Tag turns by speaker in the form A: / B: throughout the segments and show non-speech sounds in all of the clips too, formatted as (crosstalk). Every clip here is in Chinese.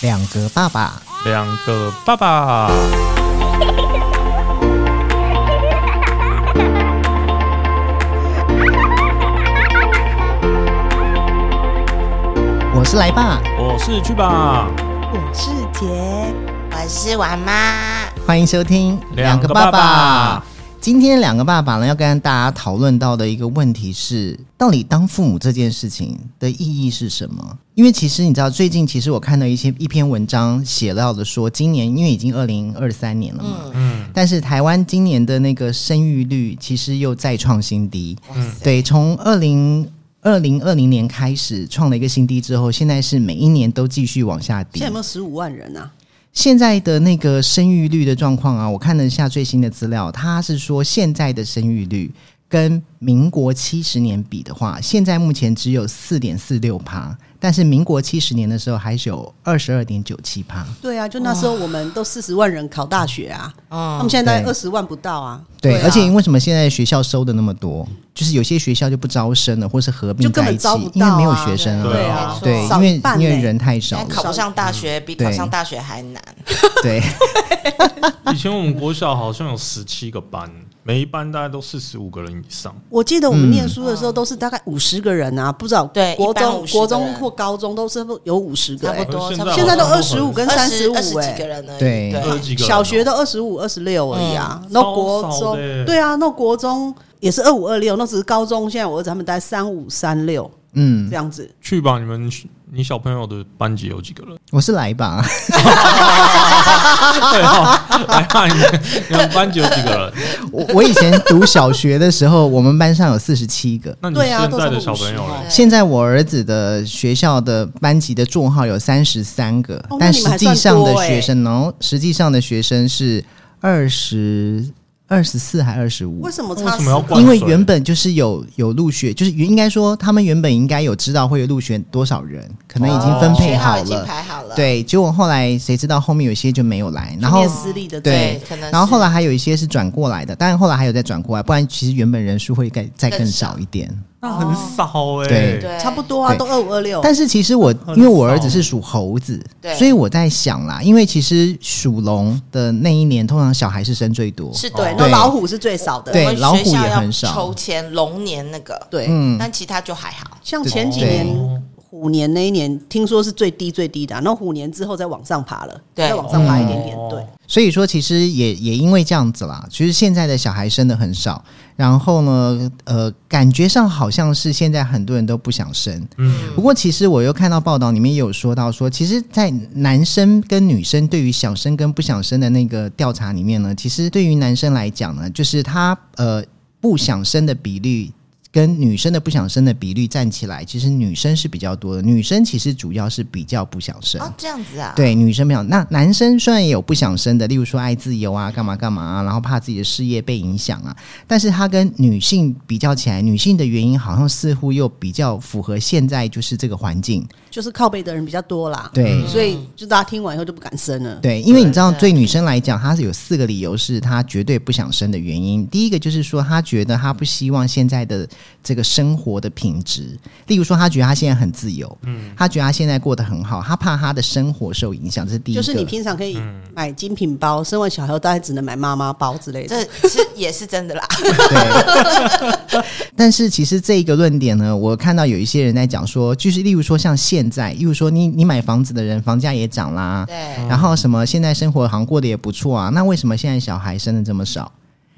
A: 两个爸爸，
B: 两个爸爸。
A: 我是来爸，
B: 我是去吧，
C: 我是杰，
D: 我是王妈，
A: 欢迎收听
B: 两个爸爸。
A: 今天两个爸爸呢，要跟大家讨论到的一个问题是，到底当父母这件事情的意义是什么？因为其实你知道，最近其实我看到一些一篇文章写到的说，今年因为已经二零二三年了嘛，
B: 嗯，
A: 但是台湾今年的那个生育率其实又再创新低，
B: 嗯
A: 对，从二零。二零二零年开始创了一个新低之后，现在是每一年都继续往下
C: 现
A: 低
C: 在有。没有十五万人啊？
A: 现在的那个生育率的状况啊，我看了一下最新的资料，它是说现在的生育率跟民国七十年比的话，现在目前只有四点四六趴，但是民国七十年的时候还是有二十二点九七趴。
C: 对啊，就那时候我们都四十万人考大学啊，他
D: 嗯
C: 们，现在
A: 对
C: 二十万不到啊，
A: 对，
C: 啊
A: 而且为什么现在学校收的那么多？就是有些学校就不招生了，或是合并
C: 就根
A: 在一
C: 本
A: 起，
C: 招不
A: 因为
C: 到
A: 没有
C: 啊
A: 学生
B: 对
A: 啊。
B: 啊
A: 对，
C: 少
A: 因为
C: 一半欸
A: 因为
C: 呢
A: 人太少
D: 现在
A: 了。
D: 考不上大学比
A: 嗯
D: 考
A: 对
D: 上大学还难。
C: (laughs)
A: 对，
B: 以前我们国小好像有十七个班，每一班大概都四十五个人以上。
C: 我记得我们念书的时候都是大概五十个人啊，不知道
D: 嗯对
C: 国
D: 一般
C: 中、
D: 50
C: 国
D: 个
C: 中
D: 人
C: 或高中都是有五十个、
D: 差不
C: 欸，
D: 多
B: 可是
D: 差不多
C: 现在都
B: 好像
C: 二十五跟
D: 二
C: 三
D: 十
C: 十五
D: 二十
C: 哎
D: 几，个人而已，
A: 对
B: 二十几个人哦
C: 小学都二十五、二十六而已啊。
D: 嗯
C: 那、国
B: 超少
C: 中
B: 的欸
C: 对啊，那国中也是二五二六，那只是高中。现在我儿子他们大概三五三六
A: 嗯
C: 这，样子。
B: 去吧，你们你小朋友的班级有几个人？
C: (laughs)
A: 我是来吧，
C: 啊
B: 对哦，来吧，你们你们班级有几个
C: (laughs)
B: 人？
A: 我 (laughs) 我以前读小学的时候，我们班上有四十七个，
B: 那你
C: 对啊
B: 现在的
C: 都差
B: 小
C: 不多
B: 朋友呢？
D: 对
A: 现在我儿子的学校的班级的座号有三十三个，
C: 哦那
A: 但
C: 你们
A: 实
C: 还
A: 际上的
C: 算多欸
A: 学生，然后实际上的学生是二十二十四还二十五
C: 为。什么
B: 为
C: 差
B: 什
C: 十
B: 么要
C: 个？
B: 灌
A: 因
B: 水？
A: 为原本就是有有入学，就是应该说他们原本应该有知道会入选多少人，可能已经分配
D: 哦学号
A: 好
D: 已经
A: 了。
D: 排好了，
A: 对，结果后来谁知道后面有些就没有来，然后
C: 念私立的
A: 对
D: 对，可能是
A: 然后后来还有一些是转过来的，当然后来还有再转过来，不然其实原本人数会再再更
D: 更
A: 少
D: 少
A: 一点。
B: 那很少哎、
A: 对
D: 对，
C: 差不多啊，
A: 对
C: 都二五二
D: 哦
C: 六。
A: 但是其实我
B: 很
A: 因为我儿子是属猴子，
D: 对
A: 所以我在想啦，因为其实属龙的那一年，通常小孩是生最多，
D: 是对
C: 对，。
D: 那
C: 那
A: 对
C: 老虎是最少的。
A: 对
D: 我们
A: 老虎
D: 学校
A: 也
D: 要
A: 很少
D: 抽签龙年那个，
C: 对，
A: 嗯，
D: 但其他就还好。
C: 像前几
A: 对
C: 年虎年那一年，听说是最低最低的啊、然后虎年之后再往上爬了，
D: 对
C: 再往上爬一点点。
B: 哦
C: 对，
A: 所以说其实也也因为这样子啦，其实现在的小孩生的很少，然后呢，呃，感觉上好像是现在很多人都不想生，
B: 嗯，
A: 不过，其实我又看到报道里面也有说到说，其实，在男生跟女生对于想生跟不想生的那个调查里面呢，其实对于男生来讲呢，就是他呃不想生的比率。跟女生的不想生的比率站起来，其实女生是比较多的。女生其实主要是比较不想生，
D: 哦，这样子啊，
A: 对，女生没有。那男生虽然也有不想生的，例如说爱自由啊，干嘛干嘛啊，然后怕自己的事业被影响啊，但是他跟女性比较起来，女性的原因好像似乎又比较符合现在就是这个环境。
C: 就是靠背的人比较多啦。
B: 嗯
A: 对、
C: 所以就大家听完以后就不敢生了。
A: 对，因为你知道，
D: 对
A: 对女生来讲，她是有四个理由是她绝对不想生的原因。第一个就是说，她觉得她不希望现在的这个生活的品质，例如说，她觉得她现在很自由，嗯，她觉得她现在过得很好，她怕她的生活受影响，这是第一个。
C: 就是你平常可以
B: 嗯
C: 买精品包，生完小孩后大概只能买妈妈包之
B: (laughs)
C: 类的。
D: 这是也是真
A: (laughs)
D: 的啦。
A: 对，但是其实这一个论点呢，我看到有一些人在讲说，就是例如说像现在，例如说你你买房子的人，房价也涨啦，
D: 对，
A: 然后什么现在生活好像过得也不错啊，那为什么现在小孩生的这么少？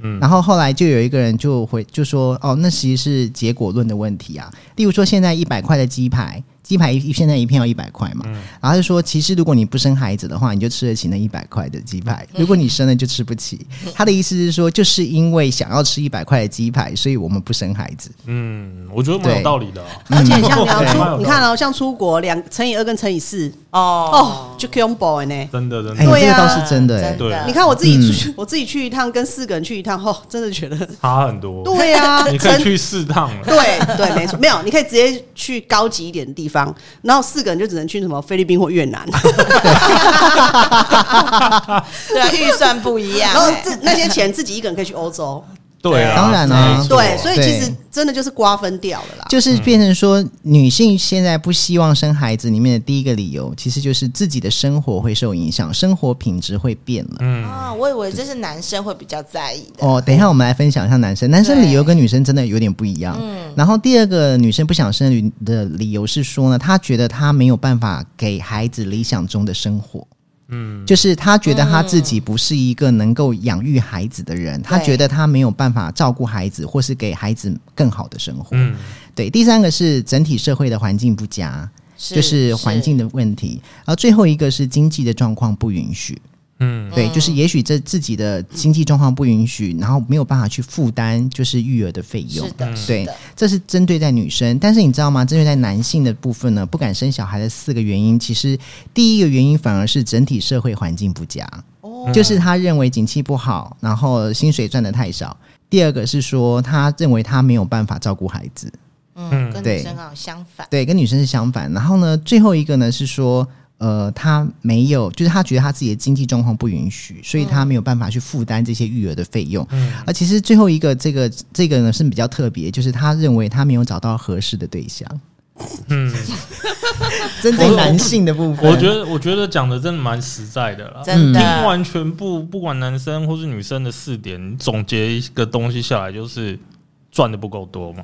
A: 嗯，然后后来就有一个人就回就说，哦，那其实是结果论的问题啊。例如说，现在一百块的鸡排，鸡排一现在一片要一百块嘛，然后他就说，其实如果你不生孩子的话，你就吃得起那一百块的鸡排；
C: 嗯
A: 如果你生了，就吃不起。他的意思是说，就是因为想要吃一百块的鸡排，所以我们不生孩子。
B: 嗯，我觉得蛮有道理的、啊。
C: 而且像你要
B: 对
C: 出，你看哦，像出国两乘以二跟乘以四，
D: (laughs) 哦
C: 哦，就 combo 呢。
B: 真的真
A: 哎、
B: 的
A: 这
C: 对
A: 个
C: 啊
A: 倒是真的、哎
B: 对
D: 的，
C: 你看我自己出去，我自己去一趟，跟四个人去一趟，哦，真
B: (laughs)
C: 的觉得
B: 差很多。
C: 对啊，
B: 你可
C: 乘
B: 以去四趟
C: (laughs)
B: 了。
C: 对对，没错，没有，你可以直接去高级一点的地方，然后四个人就只能去什么菲律宾或越 (laughs) 南，
D: 对啊，预算不一样
C: 然后
D: 欸，
C: 啊
D: (laughs)
C: 这那些钱自己一个人可以去欧洲，
B: 对啊，
A: 当然啊
B: 没错
C: 对，所以
A: 对
C: 其实真的就是瓜分掉了啦。
A: 就是
B: 嗯
A: 变成说，女性现在不希望生孩子里面的第一个理由，其实就是自己的生活会受影响，生活品质会变了。
B: 嗯，
D: 啊，我以为这是男生会比较在意的。
A: 哦，等一下，我们来分享一下男生，男生理由跟女生真的有点不一样。
B: 嗯
A: 然后第二个女生不想生的理的理由是说呢，她觉得她没有办法给孩子理想中的生活。嗯，就是她觉得她自己不是一个能够养育孩子的
B: 嗯
A: 人，她
D: 对
A: 觉得她没有办法照顾孩子，或是给孩子更好的生活。
B: 嗯
A: 对，第三个是整体社会的环境不佳，就是环境的问题，然后最后一个是经济的状况不允许。
B: 嗯，
A: 对，就是也许这自己的经济状况不允许，然后没有办法去负担就是育儿的费用
D: 是。的，是
A: 对
D: 的，，
A: 这是针对在女生，但是你知道吗？针对在男性的部分呢，不敢生小孩的四个原因，其实第一个原因反而是整体社会环境不佳，就是他认为景气不好，然后薪水赚的太少。第二个是说，他认为他没有办法照顾孩子，
D: 嗯，跟
A: 对
D: 女生刚好相反。
A: 对，跟女生是相反。然后呢，最后一个呢是说，呃，他没有，就是他觉得他自己的经济状况不允许，所以
B: 嗯
A: 他没有办法去负担这些育儿的费用。而其实最后一个这个这个呢是比较特别，就是他认为他没有找到合适的对象。
B: 嗯，
A: (laughs) 针对男性的部分，
B: 我觉得我觉得讲的真的蛮实在的啦。
D: 真的，
B: 听完全部，不管男生或是女生的四点，总结一个东西下来就是赚的不够多嘛，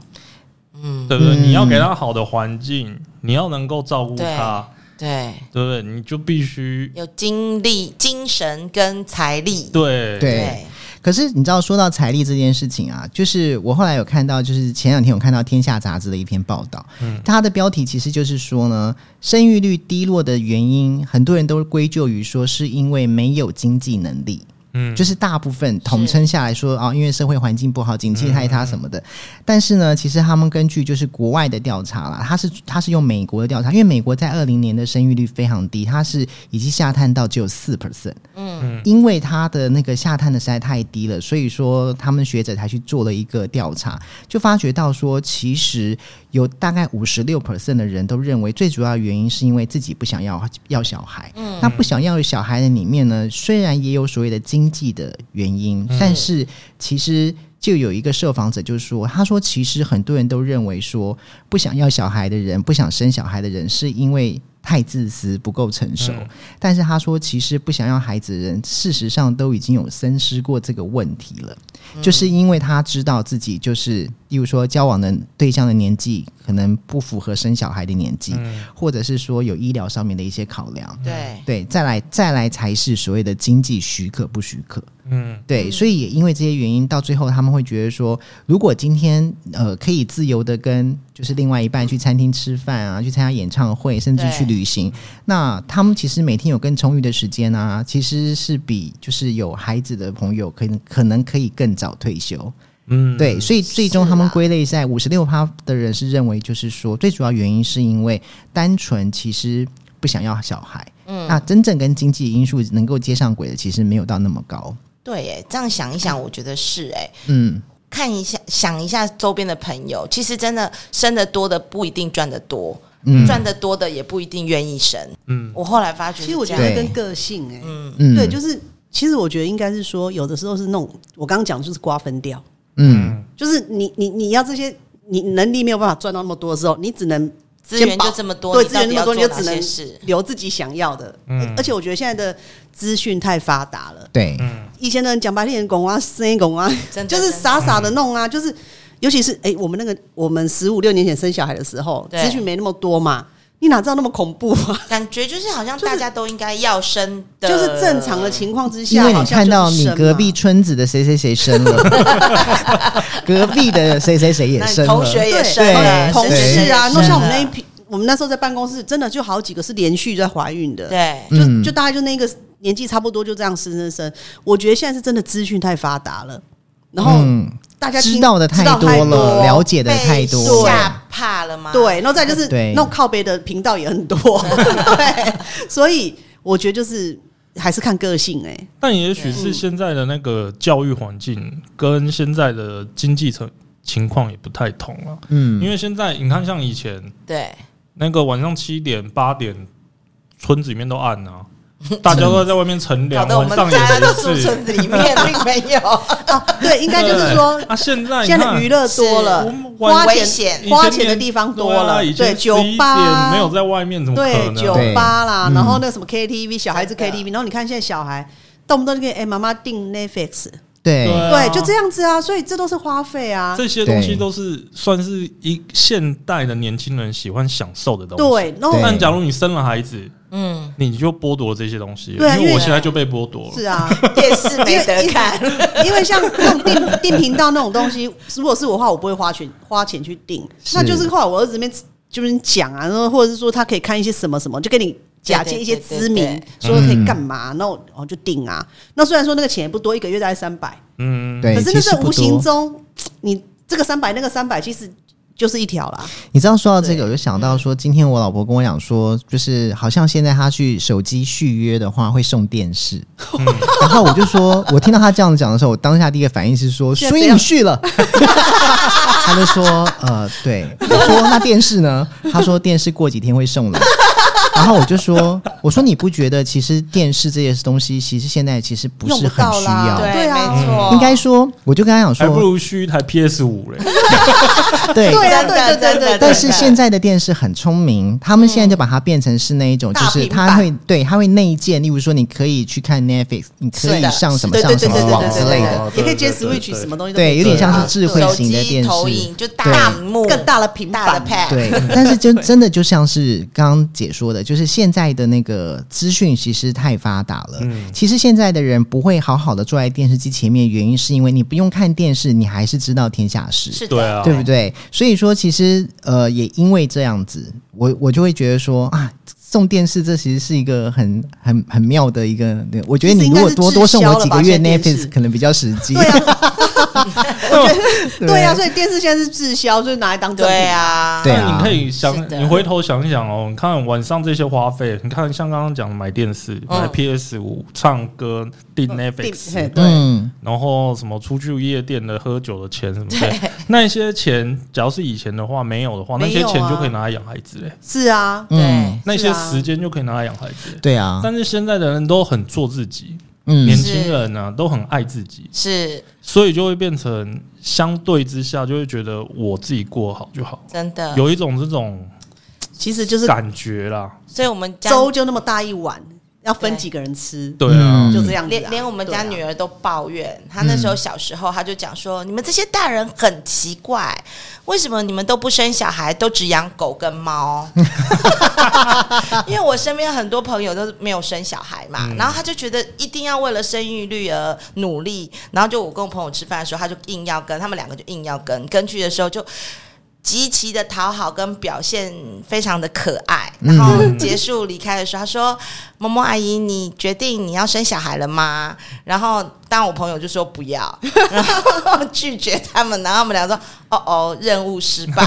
D: 嗯，
B: 对不对？
A: 嗯
B: 你要给他好的环境，你要能够照顾他，
D: 对，
B: 对不对？你就必须
D: 有精力、精神跟财力，
B: 对
A: 对可是你知道，说到财力这件事情啊，就是我后来有看到，就是前两天有看到《天下》杂志的一篇报道，它的标题其实就是说呢，生育率低落的原因，很多人都归咎于说是因为没有经济能力。
B: 嗯
A: 就是大部分统称下来说啊、因为社会环境不好，景气害他什么的。但是呢，其实他们根据就是国外的调查啦，他是他是用美国的调查，因为美国在二零年的生育率非常低，它是已经下探到只有四 percent。嗯，因为它的那个下探的实在太低了，所以说他们学者才去做了一个调查，就发觉到说，其实有大概五十六 percent 的人都认为最主要的原因是因为自己不想要要小孩。嗯，那不想要小孩的里面呢，虽然也有所谓的经济的原因，但是其实。就有一个受访者就说，他说其实很多人都认为说，不想要小孩的人，不想生小孩的人，是因为太自私、不够成熟。但是他说，其实不想要孩子的人，事实上都已经有深思过这个问题了，就是因为他知道自己就是，例如说交往的对象的年纪可能不符合生小孩的年纪，或者是说有医疗上面的一些考量。
D: 对，
A: 对，再来再来才是所谓的经济许可不许可。
B: 嗯
A: 对，所以也因为这些原因，到最后他们会觉得说，如果今天呃可以自由的跟就是另外一半去餐厅吃饭啊，去参加演唱会，甚至去
D: 对
A: 旅行，那他们其实每天有更充裕的时间啊，其实是比就是有孩子的朋友可能可能可以更早退休。
B: 嗯，
A: 对，所以最终
D: 是
A: 他们
D: 啦
A: 归类在五十六趴的人是认为，就是说最主要原因是因为单纯其实不想要小孩。嗯，那真正跟经济因素能够接上轨的，其实没有到那么高。
D: 对，耶，这样想一想，我觉得是哎。
A: 嗯，
D: 看一下，想一下周边的朋友，其实真的生的多的不一定赚的多，
A: 嗯
D: 赚的多的也不一定愿意生。
B: 嗯
D: 我后来发觉是这
C: 其实
D: 样，
C: 我觉得
A: 对
C: 跟个性哎、
A: 嗯，
C: 对，就是其实我觉得应该是说，有的时候是那种我刚刚讲的就是瓜分掉，
A: 嗯，
C: 就是你你你要这些，你能力没有办法赚到那么多的时候，你只能
D: 资源
C: 先保
D: 就这么多，
C: 对，
D: 你
C: 资
D: 到
C: 源
D: 底
C: 那么
D: 要
C: 多，
D: 做哪
C: 你就只
D: 些
C: 能
D: 事？
C: 留自己想要的。
B: 嗯
C: 而且我觉得现在的资讯太发达了，
A: 对，
C: 以前的人讲白天拱啊，生意拱啊
D: 真，的
C: 就是傻傻的弄啊，就是尤其是哎、我们那个我们十五六年前生小孩的时候，
D: 对
C: 资讯没那么多嘛，你哪知道那么恐怖啊？
D: 感觉就是好像
C: 就是
D: 大家都应该要生的，
C: 就是正常的情况之
A: 因
C: 下，
A: 为
C: 好
A: 你
C: 像
A: 看到
C: 就是
A: 你
C: 生
A: 隔
C: 嘛
A: 壁村子的谁谁谁生了，
C: (laughs)
A: 隔壁的谁谁谁也
D: 那你
A: 生了，
D: 同学也
C: 对
D: 生
A: 对
D: 了，
C: 同事啊，
D: 对
C: 那像我们那
D: 对
C: 一批，我们那时候在办公室，真的就好几个是连续在怀孕的，
D: 对，
C: 就、
A: 嗯
C: 就大概就那个年纪差不多就这样生生生。我觉得现在是真的资讯太发达了，然后
A: 嗯，
C: 大家听
A: 知道的太
C: 知道太
A: 了，
C: 多
A: 了解的太
D: 被
A: 多了，
D: 吓怕了
B: 啊
D: 吗？
C: 对，然后再就是
A: 对
C: 那种靠背的频道也很
B: (laughs)
C: 多，对，所以我觉得就是还是看个性哎、
B: 但也许是现在的那个教育环境跟现在的经济层情况也不太同了，
A: 嗯，
B: 因为现在你看，像以前
D: 对，
C: (laughs)
B: 那个晚上七点八点，村子里面都暗啊，大家都在外面乘
D: 搞
B: 凉，
D: 得我
B: 晚
D: 们
B: 上也
D: 大家都
B: 没
D: 住
B: 事。
D: 村子里
B: (laughs)
D: 面，并没有。
C: 对，应该就是说
B: 啊，现在你
C: 现在
B: 看
C: 的娱乐多了
B: 我，们晚
C: 花
D: 危
C: 钱
D: 险
B: 以前
C: 花钱的
B: 连
C: 地方多
B: 对啊
C: 了，
B: 以
C: 对
B: 前
C: 酒
B: 11
C: 吧
B: 点没有在外面，怎么可
C: 对
B: 能？
C: 酒
A: 对
C: 吧啦，
A: 嗯
C: 然后那个什么 KTV，小孩子
D: 真的
C: KTV，然后你看现在小孩动不动就给哎妈妈订 Netflix，
A: 对
B: 对啊
C: 对，就这样子啊，所以这都是花费啊。
B: 这些东西都是算是一现代的年轻人喜欢享受的东西。
C: 对，然后
A: 对
B: 但假如你生了孩子，
D: 嗯，
B: 你就剥夺了这些东西了，
C: 对啊
B: 因
C: 因为
B: 为我现在就被剥夺了。
C: 是啊，
D: 电视没得看，
C: (laughs) 因为像那种订订频道那种东西，如果是我的话，我不会花钱花钱去订。
A: 是
C: 那就是后来我儿子那边就是讲啊，然后或者是说他可以看一些什么什么，就跟你假借一些知名
D: 对，
C: 说可以干嘛，那我我就订啊。那虽然说那个钱也不多，一个月大概三百，
B: 嗯，
A: 对，
C: 可是那
A: 其实
C: 是
A: 不
C: 无形
A: 多。
C: 中，你这个三百那个三百，其实就是一条啦。
A: 你知道说到这个，我就想到说，今天我老婆跟我讲说，就是好像现在她去手机续约的话会送电视，
C: 嗯
A: (laughs) 然后我就说，我听到她这样讲的时候，我当下第一个反应是说，
C: 现
A: 所
C: 在
A: 以
C: 这样
A: 你续了。 (laughs) 她就说，呃，对。我说那电视呢？她说电视过几天会送来。然后我就说，我说你不觉得其实电视这些东西，其实现在其实不
C: 用
A: 是
C: 不
A: 很
C: 到
A: 需
C: 啦
A: 要。
C: 对啊
D: 没错，
A: 应该说，我就跟她讲
B: 还不
A: 说，
B: 如虚一台 PS 五嘞。
C: (laughs)
A: 对
C: 对啊
D: 真的
C: 对
D: 真 (laughs)
C: 对
D: 的。
A: 但是现在的电视很聪明，他们现在就把它变成是那一种，就
D: 大
A: 是
D: 平
A: 它
D: 板
A: 会对它会内建，例如说你可以去看 Netflix，你可
D: 是
A: 以
D: 的
A: 上什么
C: 对对
A: 上
C: 对
A: 什
C: 对
A: 么
C: 对
A: 网
C: 对
A: 之
C: 对
A: 类
B: 对
A: 的，
C: 对，也可以接
B: 对对对
C: Switch
B: 对
C: 什么东西都可以
A: 对，有点像是
D: 啊
A: 智慧型的
D: 手机
A: 电视，
D: 投影，就
A: 对
D: 大屏幕、
C: 更大的平
D: 大
C: 板
D: 的 pad，
A: 对，但是就真的就像是刚刚姐说的，就是现在的那个资讯其实太发达了。
B: 嗯
A: 其实现在的人不会好好的坐在电视机前面，原因是因为你不用看电视，你还是知道天下事。
D: 是的，
B: 对啊
A: 对不对？所以说，其实呃，也因为这样子，我我就会觉得说啊，送电视这其实是一个很很很妙的一个。我觉得
C: 其实
A: 你
C: 应
A: 如
C: 该
A: 果
C: 是
A: 多
C: 滞
A: 多送我
C: 销了
A: 几
C: 吧
A: 个月
C: 现在电视
A: Netflix，可能比较实际。
C: 对啊，
A: 对
C: 对啊，所以电视现在是滞销，就是拿来当赠品
D: 对。啊，
A: 对
B: 但
A: 啊
B: 你可以想
D: 是，的
B: 你回头想想哦，你看晚上这些花费，你看像刚刚讲的买电视、
D: 嗯
B: 买 PS 五、唱歌、订
C: 对
B: Netflix，
A: (laughs)
C: 对，
A: 嗯，
B: 然后什么出去夜店的喝酒的钱什么的，那些钱，假如是以前的话没有的话，那
C: 没有啊
B: 些钱就可以拿来养孩子嘞，
C: 是啊，
A: 嗯，
B: 那些时间就可以拿来养孩子。
A: 对啊，
B: 但是现在的人都很做自己，
A: 嗯
B: 年，轻人呢、都很爱自己，
D: 是
B: 所以就会变成相对之下就会觉得我自己过好就好，
D: 真的。
C: 嗯
B: 有一种这种
C: 其实就是
B: 感觉啦。
D: 所以我们家
C: 粥就那么大一碗，要分几个人吃，
B: 对啊，
A: 嗯
C: 就这样子啊。
D: 连连我们家女
C: 儿
D: 儿都抱怨，她那时候小时候，她就讲说：“你们这些大人很奇怪，为什么你们都不生小孩，都只养狗跟猫？” (laughs) 因为我身边很多朋友都没有生小孩嘛，
C: 嗯
D: 然后她就觉得一定要为了生育率而努力。然后就我跟我朋友吃饭的时候，她就硬要跟他们两个就硬要跟跟去的时候就。极其的讨好跟表现非常的可爱，
B: 嗯
D: 然后结束离开的时候，她说：“萌萌阿姨，你决定你要生小孩了吗？然后当我朋友就说不要， (laughs) 然后拒绝他们，然后他们俩说哦哦，任务失败。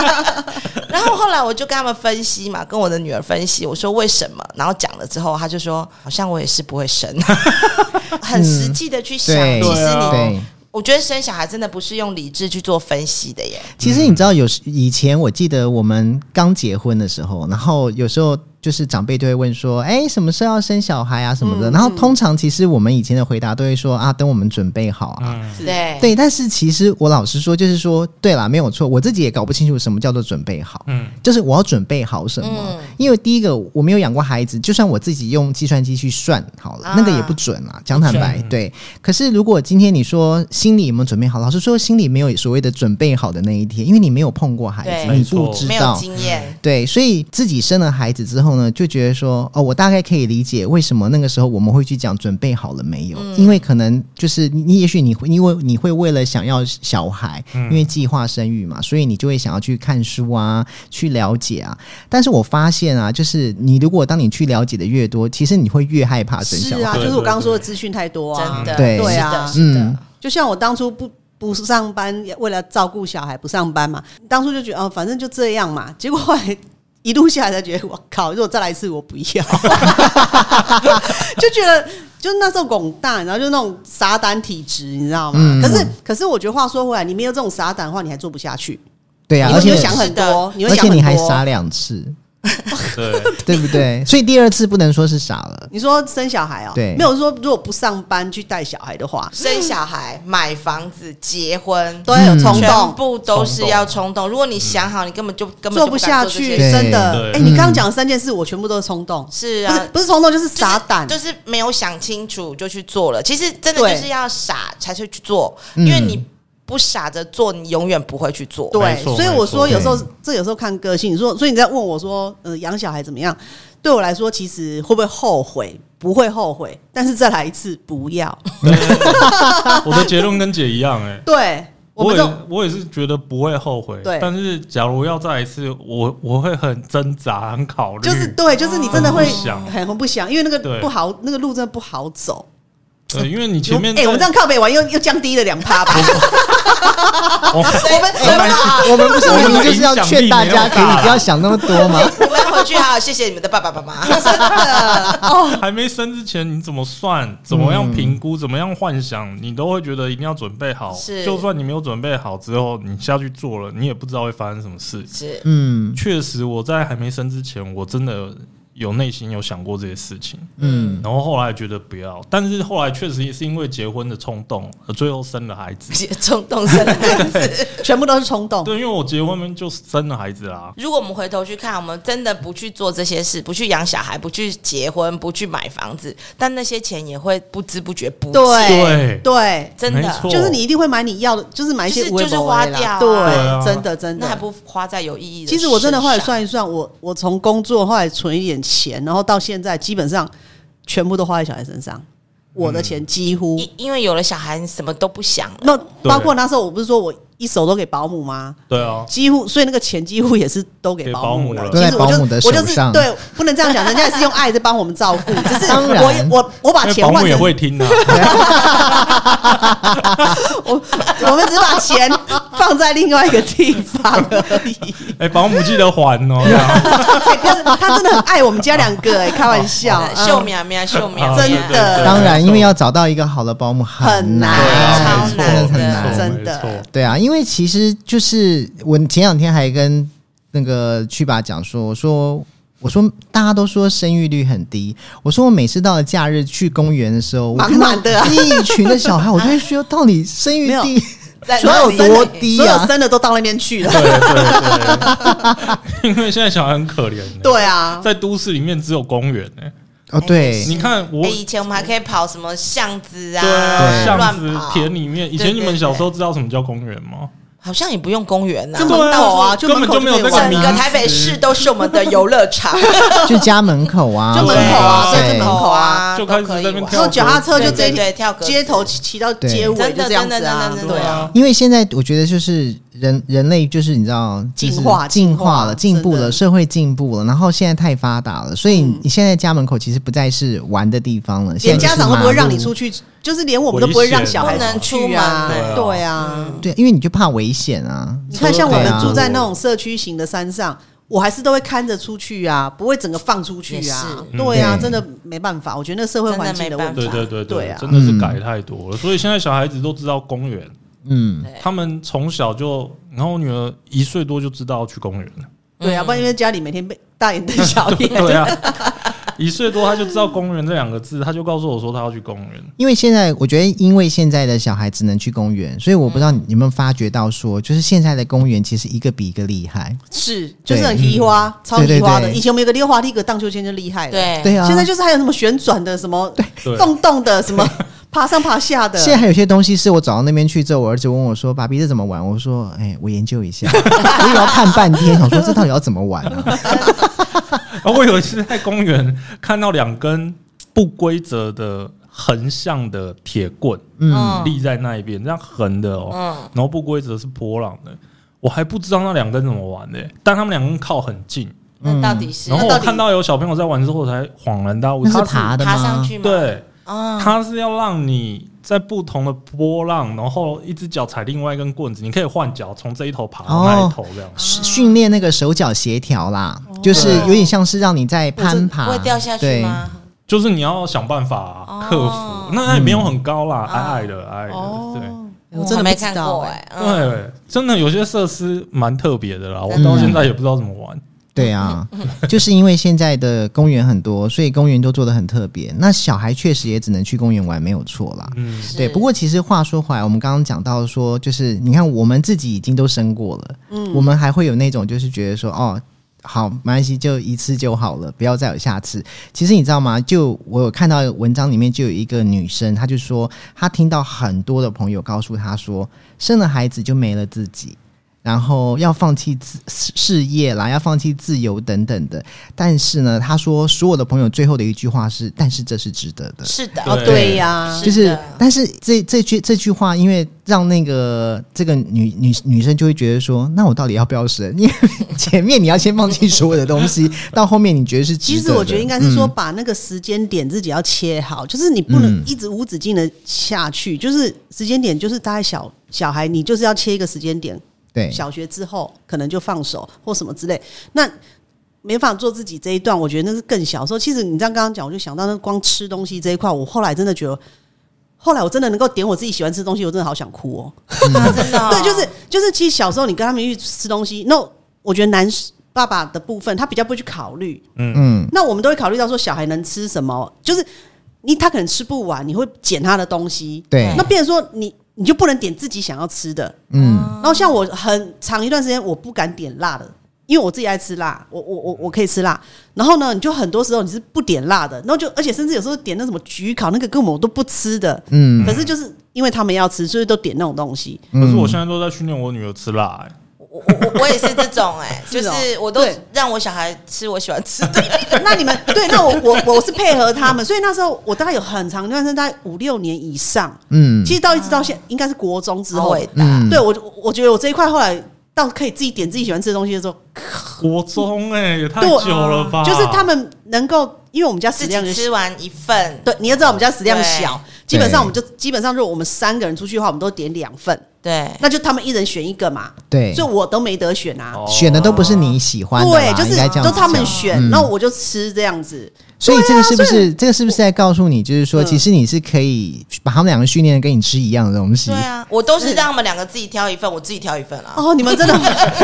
D: (laughs) 然后后来我就跟他们分析嘛，跟我的女儿分析，我说为什么？然后讲了之后，她就说好像我也是不会生， (laughs) 很实际的去想，
A: 对
D: 其实
B: 对啊
D: 你。
A: 对。
D: 我觉得生小孩真的不是用理智去做分析的耶，
A: 其实你知道有，时以前我记得我们刚结婚的时候，然后有时候就是长辈都会问说：“哎，什么时候要生小孩啊什
C: 嗯
A: 么的。然后通常其实我们以前的回答都会说：“啊，等我们准备好啊。
B: 嗯，
D: 对
A: 对，但是其实我老实说，就是说，对啦，没有错，我自己也搞不清楚什么叫做准备好，
B: 嗯，
A: 就是我要准备好什
D: 嗯
A: 么。因为第一个，我没有养过孩子，就算我自己用计算机去算好了，那个也不准啊。讲坦白，对。可是如果今天你说心里有没有准备好，老实说，心里没有所谓的准备好的那一天，因为你没有碰过孩子，
D: 对
A: 你不知
D: 没有
A: 道。
D: 经验，
A: 对，所以自己生了孩子之后呢，就觉得说，哦，我大概可以理解为什么那个时候我们会去讲准备好了没有，
C: 嗯
A: 因为可能就是你，你也许你会因为你会为了想要小孩，
C: 嗯
A: 因为计划生育嘛，所以你就会想要去看书啊，去了解啊。但是我发现啊，就是你如果当你去了解的越多，其实你会越害怕生小
C: 是
A: 孩。
C: 啊，
B: 对
C: 就
B: 对
C: 是我刚刚说的资讯太多啊
D: 真。的，
A: 对
D: 是
C: 对
D: 的，
C: 啊
D: 是的，
A: 嗯
C: 就像我当初不不上班，为了照顾小孩不上班嘛，当初就觉得哦，反正就这样嘛。结果后来一路下来才觉得，我靠，如果再来一次，我不要， (laughs) 就觉得。就那时候拱大，然后就那种傻胆体质，你知道吗？
A: 嗯
C: 可是可是，我觉得话说回来，你没有这种傻胆的话，你还做不下去。
A: 对啊，
C: 你
A: 而
C: 会
A: 且
C: 想很
D: 是的
C: 多，你会
A: 而
C: 想
A: 且
C: 很
A: 你
C: 多。
A: 还傻两次，
B: 对，
A: 对不对？所以第二次不能说是傻
C: (laughs)
A: 了，
C: 你说生小孩哦、
A: 对
C: 没有说如果不上班去带小孩的话，
D: 生小孩、买房子、结婚，
C: 都要有冲
D: 全
C: 动，
D: 部都是要冲动。如果你想好，你根本就根本就
C: 嗯做
D: 不
C: 不
D: 敢
C: 下
D: 做这些
C: 去，
A: 对
D: 事
C: 真
B: 对。
C: 的哎、你刚刚讲的三件事，我全部都是冲动，
D: 是
C: 不
D: 啊
C: 是，不是冲动就是
D: 就是
C: 傻胆，
D: 就是没有想清楚就去做了。其实真的就
C: 对
D: 是要傻才去去做，
A: 嗯
D: 因为你不傻着做，你永远不会去做。
B: 没
C: 对，
B: 错
C: 所以
B: 没
C: 我
B: 错
C: 说有时候
A: 对
C: 这有时候看个性，你说所以你在问我说，呃，养小孩怎么样？对我来说，其实会不会后悔？不会后悔，但是再来一次
D: (laughs)
C: 不要。
B: 我的结论跟姐一样哎、
C: 对 (laughs) 我
B: 我
C: 们
B: 也
C: 这
B: 是
C: 种
B: 我也是觉得不会后悔，
C: 对
B: 但是假如要再一次，我我会很挣扎，很考虑，
C: 就是对，就是你真的会
B: 很不想
C: 很很不想，因为那个
B: 对
C: 不好，那个路真的不好走。
B: 对，因为你前面
C: 哎、
B: 在
C: 我们这样靠北玩又又降低了两趴吧。
B: 我们
C: 哎
D: 所以
A: 我们我们不是明明就是要劝大
C: (laughs)
A: 家可以不要想那么多吗？
D: 你们要回去好好谢谢你们的爸爸妈妈。
B: 还没生之前，你怎么算？怎么样评
C: 嗯
B: 估？怎么样幻想？你都会觉得一定要准备好。
D: 是
B: 就算你没有准备好之后，你下去做了，你也不知道会发生什么事。
D: 是 (laughs)
A: 嗯
B: 确实，我在还没生之前，我真的有内心有想过这些事情，
A: 嗯，
B: 然后后来觉得不要，但是后来确实也是因为结婚的冲动，而最后生了孩子。
D: 冲动生孩子。
C: 全部都是冲动。
B: 对，因为我结婚就生了孩子啊啦。
D: 如果我们回头去看，我们真的不去做这些事，不去养小孩，不去结婚，不去买房子，但那些钱也会不知不觉不见
B: 对
C: 对对，
D: 真的
B: 没错
C: 就是你一定会买你要的，就是买一些
D: 就是
C: 无为
D: 就是
C: 不为啦
D: 花掉啊
C: 对，
B: 对啊
C: 真的真的
D: 那还不花在有意义的
C: 其
D: 事上。啊
C: 实我真的后来算一算，我我从工作后来存一点钱，然后到现在基本上全部都花在小孩身上，我的钱几乎、
D: 因因为有了小孩，你什么都不想了。
C: 那包括那时候我不是说我一手都给保姆吗？
B: 对啊，
C: 几乎，所以那个钱几乎也是都给
B: 给
C: 保
B: 保姆
C: 姆
B: 了
C: 其实我
A: 都在
C: 就
A: 保姆的
C: 我就
A: 手
C: 是
A: 上
C: 对，不能这样讲，人家也是用爱在帮我们照
B: (laughs)
C: 顾，只是
A: 当然
C: 我也我我把
B: 因为
C: 钱
B: 哎保
C: 换
B: 姆也
C: 成
B: 会听啊
C: (laughs)
B: 的。
C: 我 (laughs) 我们只把钱放在另外一个地方而已。
B: 哎，保姆记得还
C: (laughs)
B: 哦。
C: 哎但是他真的很爱我们家两个、哎，开玩笑，
A: (laughs)
C: 嗯
D: 秀苗苗，秀苗
B: (laughs)
D: 苗，
B: 啊
C: 真
B: 对
C: 的
B: 对对啊
A: 当然，因为要找到一个好的保姆很难，啊
D: 很
A: 真的
D: 难
A: 很
D: 超
A: 难
C: 难。真的
B: 没错
A: 对啊，因为其实就是我前两天还跟那个去爸讲说，我说我说大家都说生育率很低，我说我每次到了假日去公园的时候，我
C: 满
A: 看到
C: 满的啊
A: 一群的小孩，我就会说，到底生育
C: 没有
A: 低
D: 在
A: 所
D: 哪
A: 有
D: 里
A: 多低
C: 所有
A: 啊？
C: 生的都到那边去了。
B: 对对对，因为现在小孩很可怜欸。
C: (laughs) 对啊，
B: 在都市里面只有公园哎、
A: 哦，对，
B: 你看我
D: 哎，以前我们还可以跑什么巷子啊，
B: 对巷
D: 乱
B: 子
D: 跑，
B: 田里面，以前你们小时候知道什么叫公园吗？
D: 好像也不用公园呐
C: 就。
B: 对
C: 门
B: 啊
C: 口啊，
B: 根
C: 门
B: 本
C: 口
B: 就没有
C: 可以
B: 这个
C: 玩
D: 整
B: 名
D: 个
C: 啊
B: 字
D: 台北市都是我们的游
B: (laughs)
D: 乐场，
A: 就家门口啊，
C: 就门口啊
A: 对
C: 对就门口啊
B: 就开始
D: 都可以
B: 在那边
D: 玩
C: 然
B: 跳
C: 后脚踏车就
D: 对对
C: 这
D: 对跳格子
C: 街头骑骑到街尾，
D: 真
C: 就
D: 的
C: 这样子啊
D: 真的真的真，的
C: 对啊。
A: 因为现在我觉得就是人人类就是你知道，就是
C: 进化
A: 进化了，进
C: 进化
A: 步
C: 真
A: 了，
C: 的
A: 社会进步了，然后现在太发达了，所以
C: 嗯
A: 你现在家门口其实不再是玩的地方了，
C: 连
A: 现在就
C: 家
A: 是
C: 长都不
A: 马
C: 会让你
A: 路
C: 出去，就是连我们都不会让小孩出去
D: 危
C: 啊
D: 险
B: 不能出门欸。
C: 对啊，
A: 对，因为你就怕危险啊。
C: 你看像我
A: 对
C: 们
A: 啊
C: 住在那种社区型的山上。我还是都会看着出去啊，不会整个放出去啊
D: 也。
B: 是
C: 对啊，
A: 嗯
C: 真的没办法，我觉得那社会环境问
D: 真
B: 对
C: 题
D: 的。
B: 对对
C: 对啊
B: 真的是改太多了。所以现在小孩子都知道公园，
A: 嗯，
D: 对
B: 他们从小就，然后我女儿一岁多就知道去公园了。
C: 对啊，不然因为家里每天被大眼瞪
D: 哦
C: 小 (laughs) 眼，
B: 对啊，一岁多她就知道公园这两个字，她就告诉我说她要去公园。
A: 因为现在我觉得，因为现在的小孩只能去公园，所以我不知道你有没有发觉到说，就是现在的公园其实一个比一个厉害。
C: 是就是
A: 对
C: 很移花，超
A: 对对
C: 移花的。
A: 对
C: 以前我们有个溜滑梯，一个荡秋千就厉害了。
D: 对
A: 对啊，
C: 现在就是还有什么旋转的，什么
B: 对
C: 动动的，什么爬上爬下的。
A: 现在还有些东西是我走到那边去之后，我儿子问我说：“爸比这怎么玩？”我说：“哎、我研究一下， (laughs) 我也要看半
D: (laughs)
A: 天，想说这到底要怎么玩啊
B: 啊，我有一次在公园看到两根不规则的横向的铁棍，
D: 哦
A: 嗯
B: 立在那一边，这样横的
D: 嗯
B: 哦，然后不规则是波浪的，我还不知道那两根怎么玩的、但他们两根靠很近，
D: 那到底是
B: 嗯然后
C: 那
B: 我
C: 到底
B: 看到有小朋友在玩之后，我才恍然大？”悟，
A: 那
B: 他
A: 是爬的吗？
D: 爬上去吗？
B: 对，
D: 啊，
B: 他是要让你在不同的波浪，然后一只脚踩另外一根棍子，你可以换脚从这一头爬到那一头这样。
A: 是训练那个手脚协调啦，就是有点像是让你在攀爬，
D: 哦不会掉下去
A: 对？
D: 吗？
B: 就是你要想办法、克服，那也没有很高啦，矮矮的，矮矮的，对。
C: 我真的
D: 没
C: 不知
D: 看
C: 道
D: 过
C: 哎
D: 哎，嗯
B: 对，真的有些设施蛮特别的啦，我
D: 真
A: 的
B: 到现在也不知道怎么玩。
A: 对
D: (laughs)
A: 啊，就是因为现在的公园很多，所以公园都做的很特别。那小孩确实也只能去公园玩，没有错啦。
B: 嗯，
A: 对，
D: 是
A: 不过其实话说回来，我们刚刚讲到说，就是你看我们自己已经都生过了，嗯，我们还会有那种就是觉得说，哦，好，没关系，就一次就好了，不要再有下次。其实你知道吗？就我有看到文章里面就有一个女生，她就说她听到很多的朋友告诉她说，生了孩子就没了自己。然后要放弃自事事业啦，要放弃自由等等的。但是呢，她说所有的朋友最后的一句话是：“但是这是值得的。”
D: 是的，
B: 对
D: 哦，对，
C: 对呀、
D: 是
A: 就是
D: 的，
A: 但是这这句这句话，因为让那个这个女女女生就会觉得说，那我到底要不要生？ (laughs) 因为前面你要先放弃所有的东西，到后面你觉得是值
C: 其
A: 得的。
C: 实我觉得应该是说，把那个时间点自己要切好，就是你不
A: 嗯
C: 能一直无止境的下去，就是时间点就是大概小小孩，你就是要切一个时间点，
A: 对，
C: 小学之后可能就放手或什么之类。那没法做自己这一段，我觉得那是更小时候。其实你这样刚刚讲，我就想到那光吃东西这一块，我后来真的觉得，后来我真的能够点我自己喜欢吃的东西，我真的好想哭哦。
D: 啊真的哦，
C: 对，就是就是，其实小时候你跟他们去吃东西，那我觉得男爸爸的部分他比较不会去考虑，
A: 嗯，
C: 那我们都会考虑到说小孩能吃什么，就是你他可能吃不完，你会捡他的东西。
A: 对，
C: 那变成说你你就不能点自己想要吃的。
A: 嗯，
C: 然后像我很长一段时间我不敢点辣的，因为我自己爱吃辣，我我我我可以吃辣。然后呢，你就很多时候你是不点辣的，然后就而且甚至有时候点那什么焗烤那个根本我都不吃的。
A: 嗯
C: 可是就是因为他们要吃，所以都点那种东西。
B: 可是我现在都在训练我女儿吃辣、欸，
D: 我我我也是这种 (laughs) 哎、就是
C: 哦
D: 是我都
C: 对
D: 让我小孩吃我喜欢吃的，
C: 那你们对，那我我我是配合他们，所以那时候我大概有很长一段时间，大概五六年以上，
A: 嗯
C: 其实到一直到现应该是国中之
D: 好
B: 哦
C: 后，
D: 伟大
A: 嗯，
C: 对我就我觉得我这一块后来到可以自己点自己喜欢吃的东西的时候，
B: 国中哎、也太
C: 对我
B: 久了吧？
C: 就是他们能够，因为我们家食
D: 自
C: 量
D: 己
C: 就
D: 吃完一份，
C: 对，你要知道我们家食量小，基本
A: 对
C: 上我们就基本上如果我们三个人出去的话，我们都点两份，
D: 对，
C: 那就他们一人选一个嘛，
A: 对
C: 所以我都没得选啊。
B: 哦
A: 选的都不是你喜欢的啦，
C: 对，就是
A: 应该这样
C: 都
A: 子
C: 他们
A: 讲
C: 选，
A: 嗯
C: 然后我就吃这样子。
A: 所以这个是不
C: 对啊
A: 是这个是不是在告诉你，就是说，
C: 嗯
A: 其实你是可以把他们两个训练得跟你吃一样的东西
D: 对，啊，我都是让他们两个自己挑一份，我自己挑一份啊。
C: 哦，你们真的，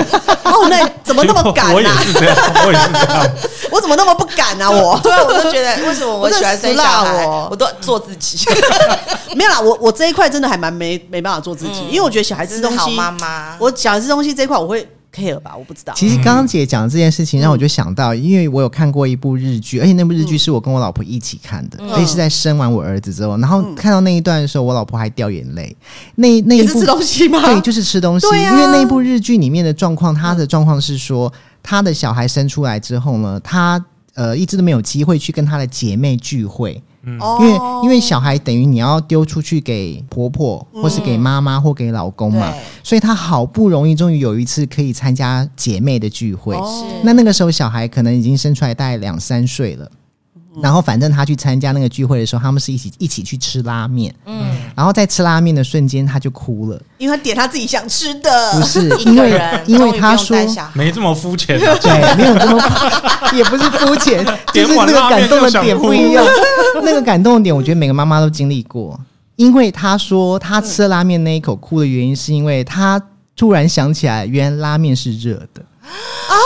C: (laughs) 哦，那怎么那么敢
B: 我也 (laughs)
C: 啊？
B: 是这样，我也是这样。 (laughs)
C: 我怎么那么不敢啊？我
D: 对啊，我都觉得为什么我
C: 我真
D: 喜
C: 的
D: 欢生
C: 死
D: 小
C: 辣
D: 孩，
C: 我
D: 我都做自己，
C: 没有啦，我我 (laughs) 这一块真的还蛮没没办法做自己，因为我觉得小孩
D: 真 (laughs)
C: 吃
D: 是
C: 东
D: 好
C: 西，
D: 妈妈。
C: 我小孩吃东西这一块我会 care 吧，我不知道。
A: 其实刚刚姐讲这件
C: 嗯
A: 事情，让我就想到，因为我有看过一部日剧，而且那部日剧是我跟我老婆一起看
C: 嗯
A: 的，所以是在生完我儿子之后，然后看到那一段的时候，我老婆还掉眼泪。那那
C: 也
A: 一
C: 是
A: 部
C: 吃东西吗？
A: 对，就是吃东西，
C: 对啊嗯
A: 因为那一部日剧里面的状况，她的状况是说，她的小孩生出来之后呢，她呃一直都没有机会去跟她的姐妹聚会。
C: 哦
A: 因为因为小孩等于你要丢出去给婆婆，或是给妈妈，或给老公嘛
D: 对，
A: 所以她好不容易终于有一次可以参加姐妹的聚会。
D: 是
A: 那那个时候小孩可能已经生出来大概两三岁了。然后反正她去参加那个聚会的时候，他们是一起一起去吃拉面，嗯，然后在吃拉面的瞬间，她就哭了，
C: 因为他点他自己想吃的，
A: 不是
D: (laughs) 一
A: 因
D: 个
A: 为
D: 人，
A: 因为
D: 终于
A: 她
D: 不用
A: 说
D: 带小孩
B: 没这么肤浅、啊
C: (laughs)
A: 对，没有这么肤也不是肤浅，就是那个感动的点不
C: (laughs)
A: 一样。那个感动的点，我觉得每个妈妈都经历过，因为她说她
C: 嗯
A: 吃拉面那一口哭的原因，是因为她突然想起来，原来拉面是热的。啊，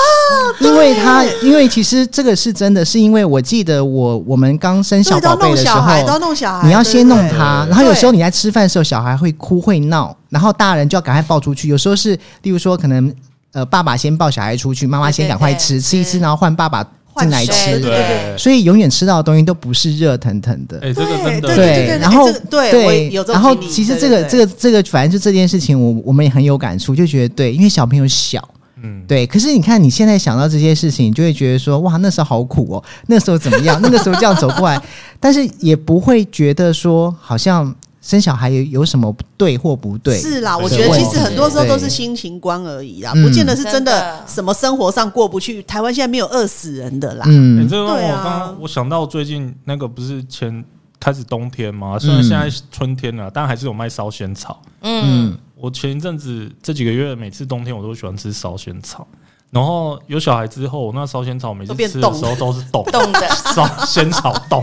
A: 因为她，因为其实这个是真的，是因为我记得我我们刚生
C: 对，
A: 小
C: 都要
A: 宝贝
C: 弄
A: 的时
C: 小孩，都要
A: 候，
C: 弄小孩，
A: 你要先弄
C: 哎对不对
A: 他，
B: 对
A: 然后有时候你在吃饭的时候，小孩会哭会闹，然后大人就要赶快抱出去。有时候是，例如说，可能呃，爸爸先抱小孩出去，妈妈先赶快吃，
D: 对对对
A: 吃一吃，然后换爸爸进来
D: 换水
A: 吃
D: 对。
B: 对，
A: 所以永远吃到的东西都不是热腾腾的。
B: 哎、这个真的
C: 对对
A: 然后
C: 哎这个对我也有这种
A: 然后
C: 经历
A: 其实
C: 对
A: 这个
C: 对
A: 这个这个，反正就这件事情，我我们也很有感触，就觉得对，因为小朋友小，
B: 嗯，
A: 对。可是你看，你现在想到这些事情，你就会觉得说，哇，那时候好苦哦，那时候怎么样，那个时候这样走过来，但是也不会觉得说，好像生小孩有有什么对或不对，
C: 是啦，
B: 对
C: 我觉得
B: 对
C: 其实很多时候
A: 对
C: 都是心情观而已啦，
A: 嗯
C: 不见得是真
D: 真
C: 的
D: 的
C: 什么生活上过不去。台湾现在没有饿死人的啦，
B: 你、
A: 嗯，
B: 哎这让
C: 对啊
B: 我刚刚我想到最近那个不是前开始冬天嘛，虽然现在是春天了，但还是有卖烧仙草。
D: 嗯，
B: 我前一阵子这几个月每次冬天我都喜欢吃烧仙草，然后有小孩之后，那烧仙草每次
C: 都变
B: 吃的
C: 冻
B: 时候都是冻
D: 冻的
A: (laughs)
B: 烧 (laughs) 仙草
D: (laughs)
B: 冻，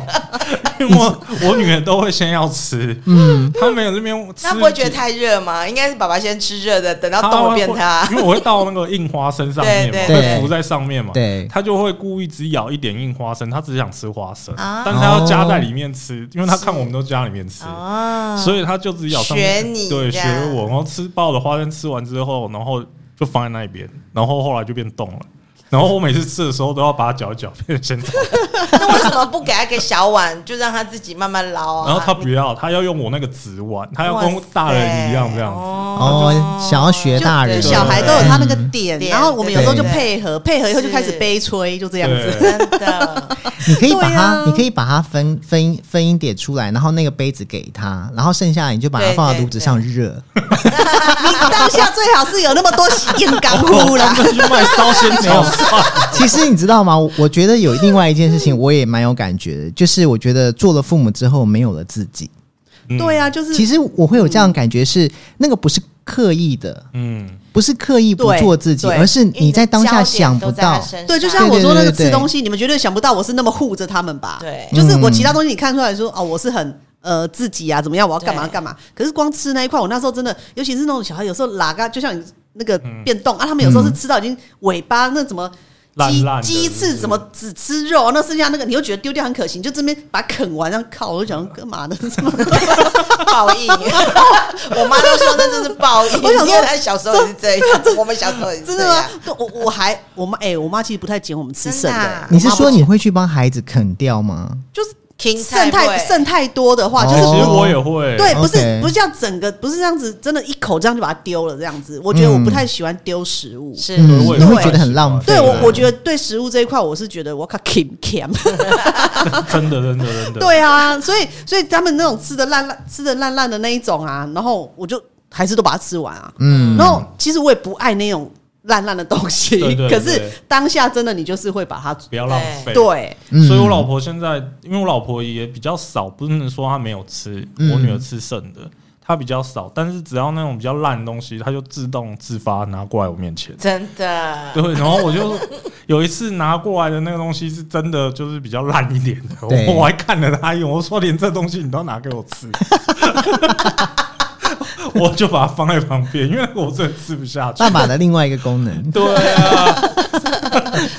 B: 因为我我女儿都会先要吃，嗯，她没有那边吃，
D: 那不会觉得太热吗？应该是爸爸先吃热的，等到冻了变
B: 她
D: 他
B: 会。因为我会到那个印花生上面嘛，
D: 对
A: 对对
B: 会浮在上面嘛，
A: 对
B: 她就会故意只咬一点印花生，她只想吃花生，
D: 啊哦
B: 但是她要夹在里面吃，因为她看我们都夹在里面吃，
D: 啊
B: 所以她就只咬上
D: 学
B: 面，
D: 你
B: 对，
D: 这
B: 学
D: 样
B: 我，然后吃爆的花生吃完之后，然后就放在那边，然后后来就变冻了。然后我每次吃的时候都要把它搅一搅变成仙草
D: 那为什么不给他个小碗，就让他自己慢慢捞
C: 哦
D: 啊？
B: 然后他不要，他要用我那个纸碗，他要跟大人一样这样子。
A: 哦，想要学大人，嗯
C: 就小孩都有他那个点，
D: 对
C: 然后我们有时候就
D: 对
C: 配合，配合以后就是开始悲催，就这样子。
B: 对
D: 真的，
A: 你可以把它，
C: 对啊
A: 你可以把它分分分一点出来，然后那个杯子给他，然后剩下的你就把它
D: 对
A: 放到
D: 对
A: 炉子上热。 (laughs)
C: 你啊当下最好是有那么多洗净干
B: 我
C: 呼啦
B: 刚，
A: (laughs)
B: 刚去卖烧仙草
A: 哦
B: 饭，
A: 其实你知道吗？我我觉得有另外一件事情，我也蛮有感觉的，就是我觉得做了父母之后没有了自己。
B: 嗯
C: 对啊，就是
A: 其实我会有这样的感觉是，那个不是刻意的，
B: 嗯，
A: 不是刻意不
C: 对
A: 做 (laughs) 自己，
C: 对
A: 而是你在当下
D: 因为焦
A: 想
D: 点
A: 不
D: 都在他
A: 到。
D: 身上
C: 对，就像我说那
A: 对对
C: 个
A: 对对
C: 吃东西，你们绝对想不到我是那么护着他们吧？
D: 对
C: 就是我其他东西你看出来说哦，我是很。呃，自己啊，怎么样？我要干嘛
D: 对
C: 干嘛？可是光吃那一块，我那时候真的，尤其是那种小孩，有时候拉嘎，就像你那个变动、啊，他们有时候是吃到已经尾巴那怎么
B: 烂
C: 鸡
B: 烂的
C: 鸡翅怎么只吃肉、啊？那剩下那个你又觉得丢掉很可惜，你就这边把它啃完，然后靠，我就想干嘛呢？ (laughs) 什么？
D: 报应。我妈都说那真是报
B: (laughs)
D: 应。
C: 我想说
D: 因为她小时候也是这样，我们小时候也是
C: 真
D: 这
C: 的
D: 样
C: 吗。？我我还我妈哎、我妈其实不太捡我们吃
D: 啊真
C: 剩
D: 的
C: 的
D: 啊，
A: 你是说你会去帮孩子啃掉吗？
C: 就是
D: 芹菜
C: 剩太
D: 味，
C: 剩太多的
A: 哦
C: 话，就
B: 其
C: 是
B: 实我也会，
C: 对，不
A: OK
C: 是不是这样整个，不是这样子，真的，一口这样就把它丢了，这样子，我觉得我不太喜欢丢食物。
D: 是
A: 嗯，
B: 我也
A: 你
B: 会
A: 会觉得很浪费。
C: 对我
B: 对，
C: 我觉得对食物这一块，我是觉得我靠 kim kim，
B: 真的真的真的，
C: (laughs) 对啊，所以所以他们那种吃的烂烂、吃的烂烂的那一种啊，然后我就还是都把它吃完啊。
A: 嗯
C: 然后其实我也不爱那种烂烂的东西
B: 对对，
C: 可
B: 对
C: 是当下真的你就是会把它
B: 不要浪费。，
C: 对
A: 嗯
B: 所以我老婆现在，因为我老婆也比较少，不能说她没有吃，
A: 嗯
B: 我女儿吃剩的，她比较少，但是只要那种比较烂的东西，她就自动自发拿过来我面前。
D: 真的。
B: (laughs) 对，然后我就有一次拿过来的那个东西是真的，就是比较烂一点的，
A: 对
B: (laughs) 我我还看了他一眼，我说连这东西你都要拿给我吃， (laughs) 我就把它放在旁边，因为我真的吃不下
A: (laughs)
B: 去，
A: 爸。爸的另外一个功能
D: (laughs)
B: 对啊，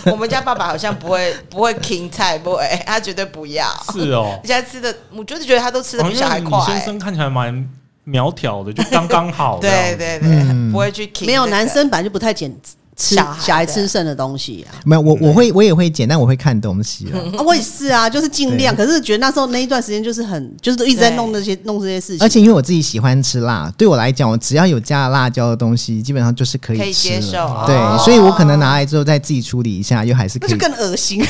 D: 我们家爸爸好像不会不会芹菜，不会，他绝对不要。
B: 是哦，
D: 人家吃的，我就是觉得他都吃的
B: 哦
D: 比小孩
B: 因为
D: 快、
B: 你先生看起来蛮苗条的，就刚刚好这样
D: (laughs) 对
B: 子。
D: 对对，
A: 嗯
D: 不会去芹、
C: 没有男。生本来就不太捡吃
D: 小孩的
C: 小孩吃剩的东西啊。
A: 没有我我会我也会捡，但我会看东西
D: 嗯
A: 了。
C: 啊，我也是啊，就是尽量。可是觉得那时候那一段时间就是很，就是一直在弄那些弄这些事情。
A: 而且因为我自己喜欢吃辣，对我来讲，我只要有加辣椒的东西，基本上就是可以
D: 可以接
A: 吃
D: 受
A: 了
D: 哦
A: 对，所以我可能拿来之后再自己处理一下，又还是
C: 那
A: 可
C: 就
A: 以。
C: 更恶心。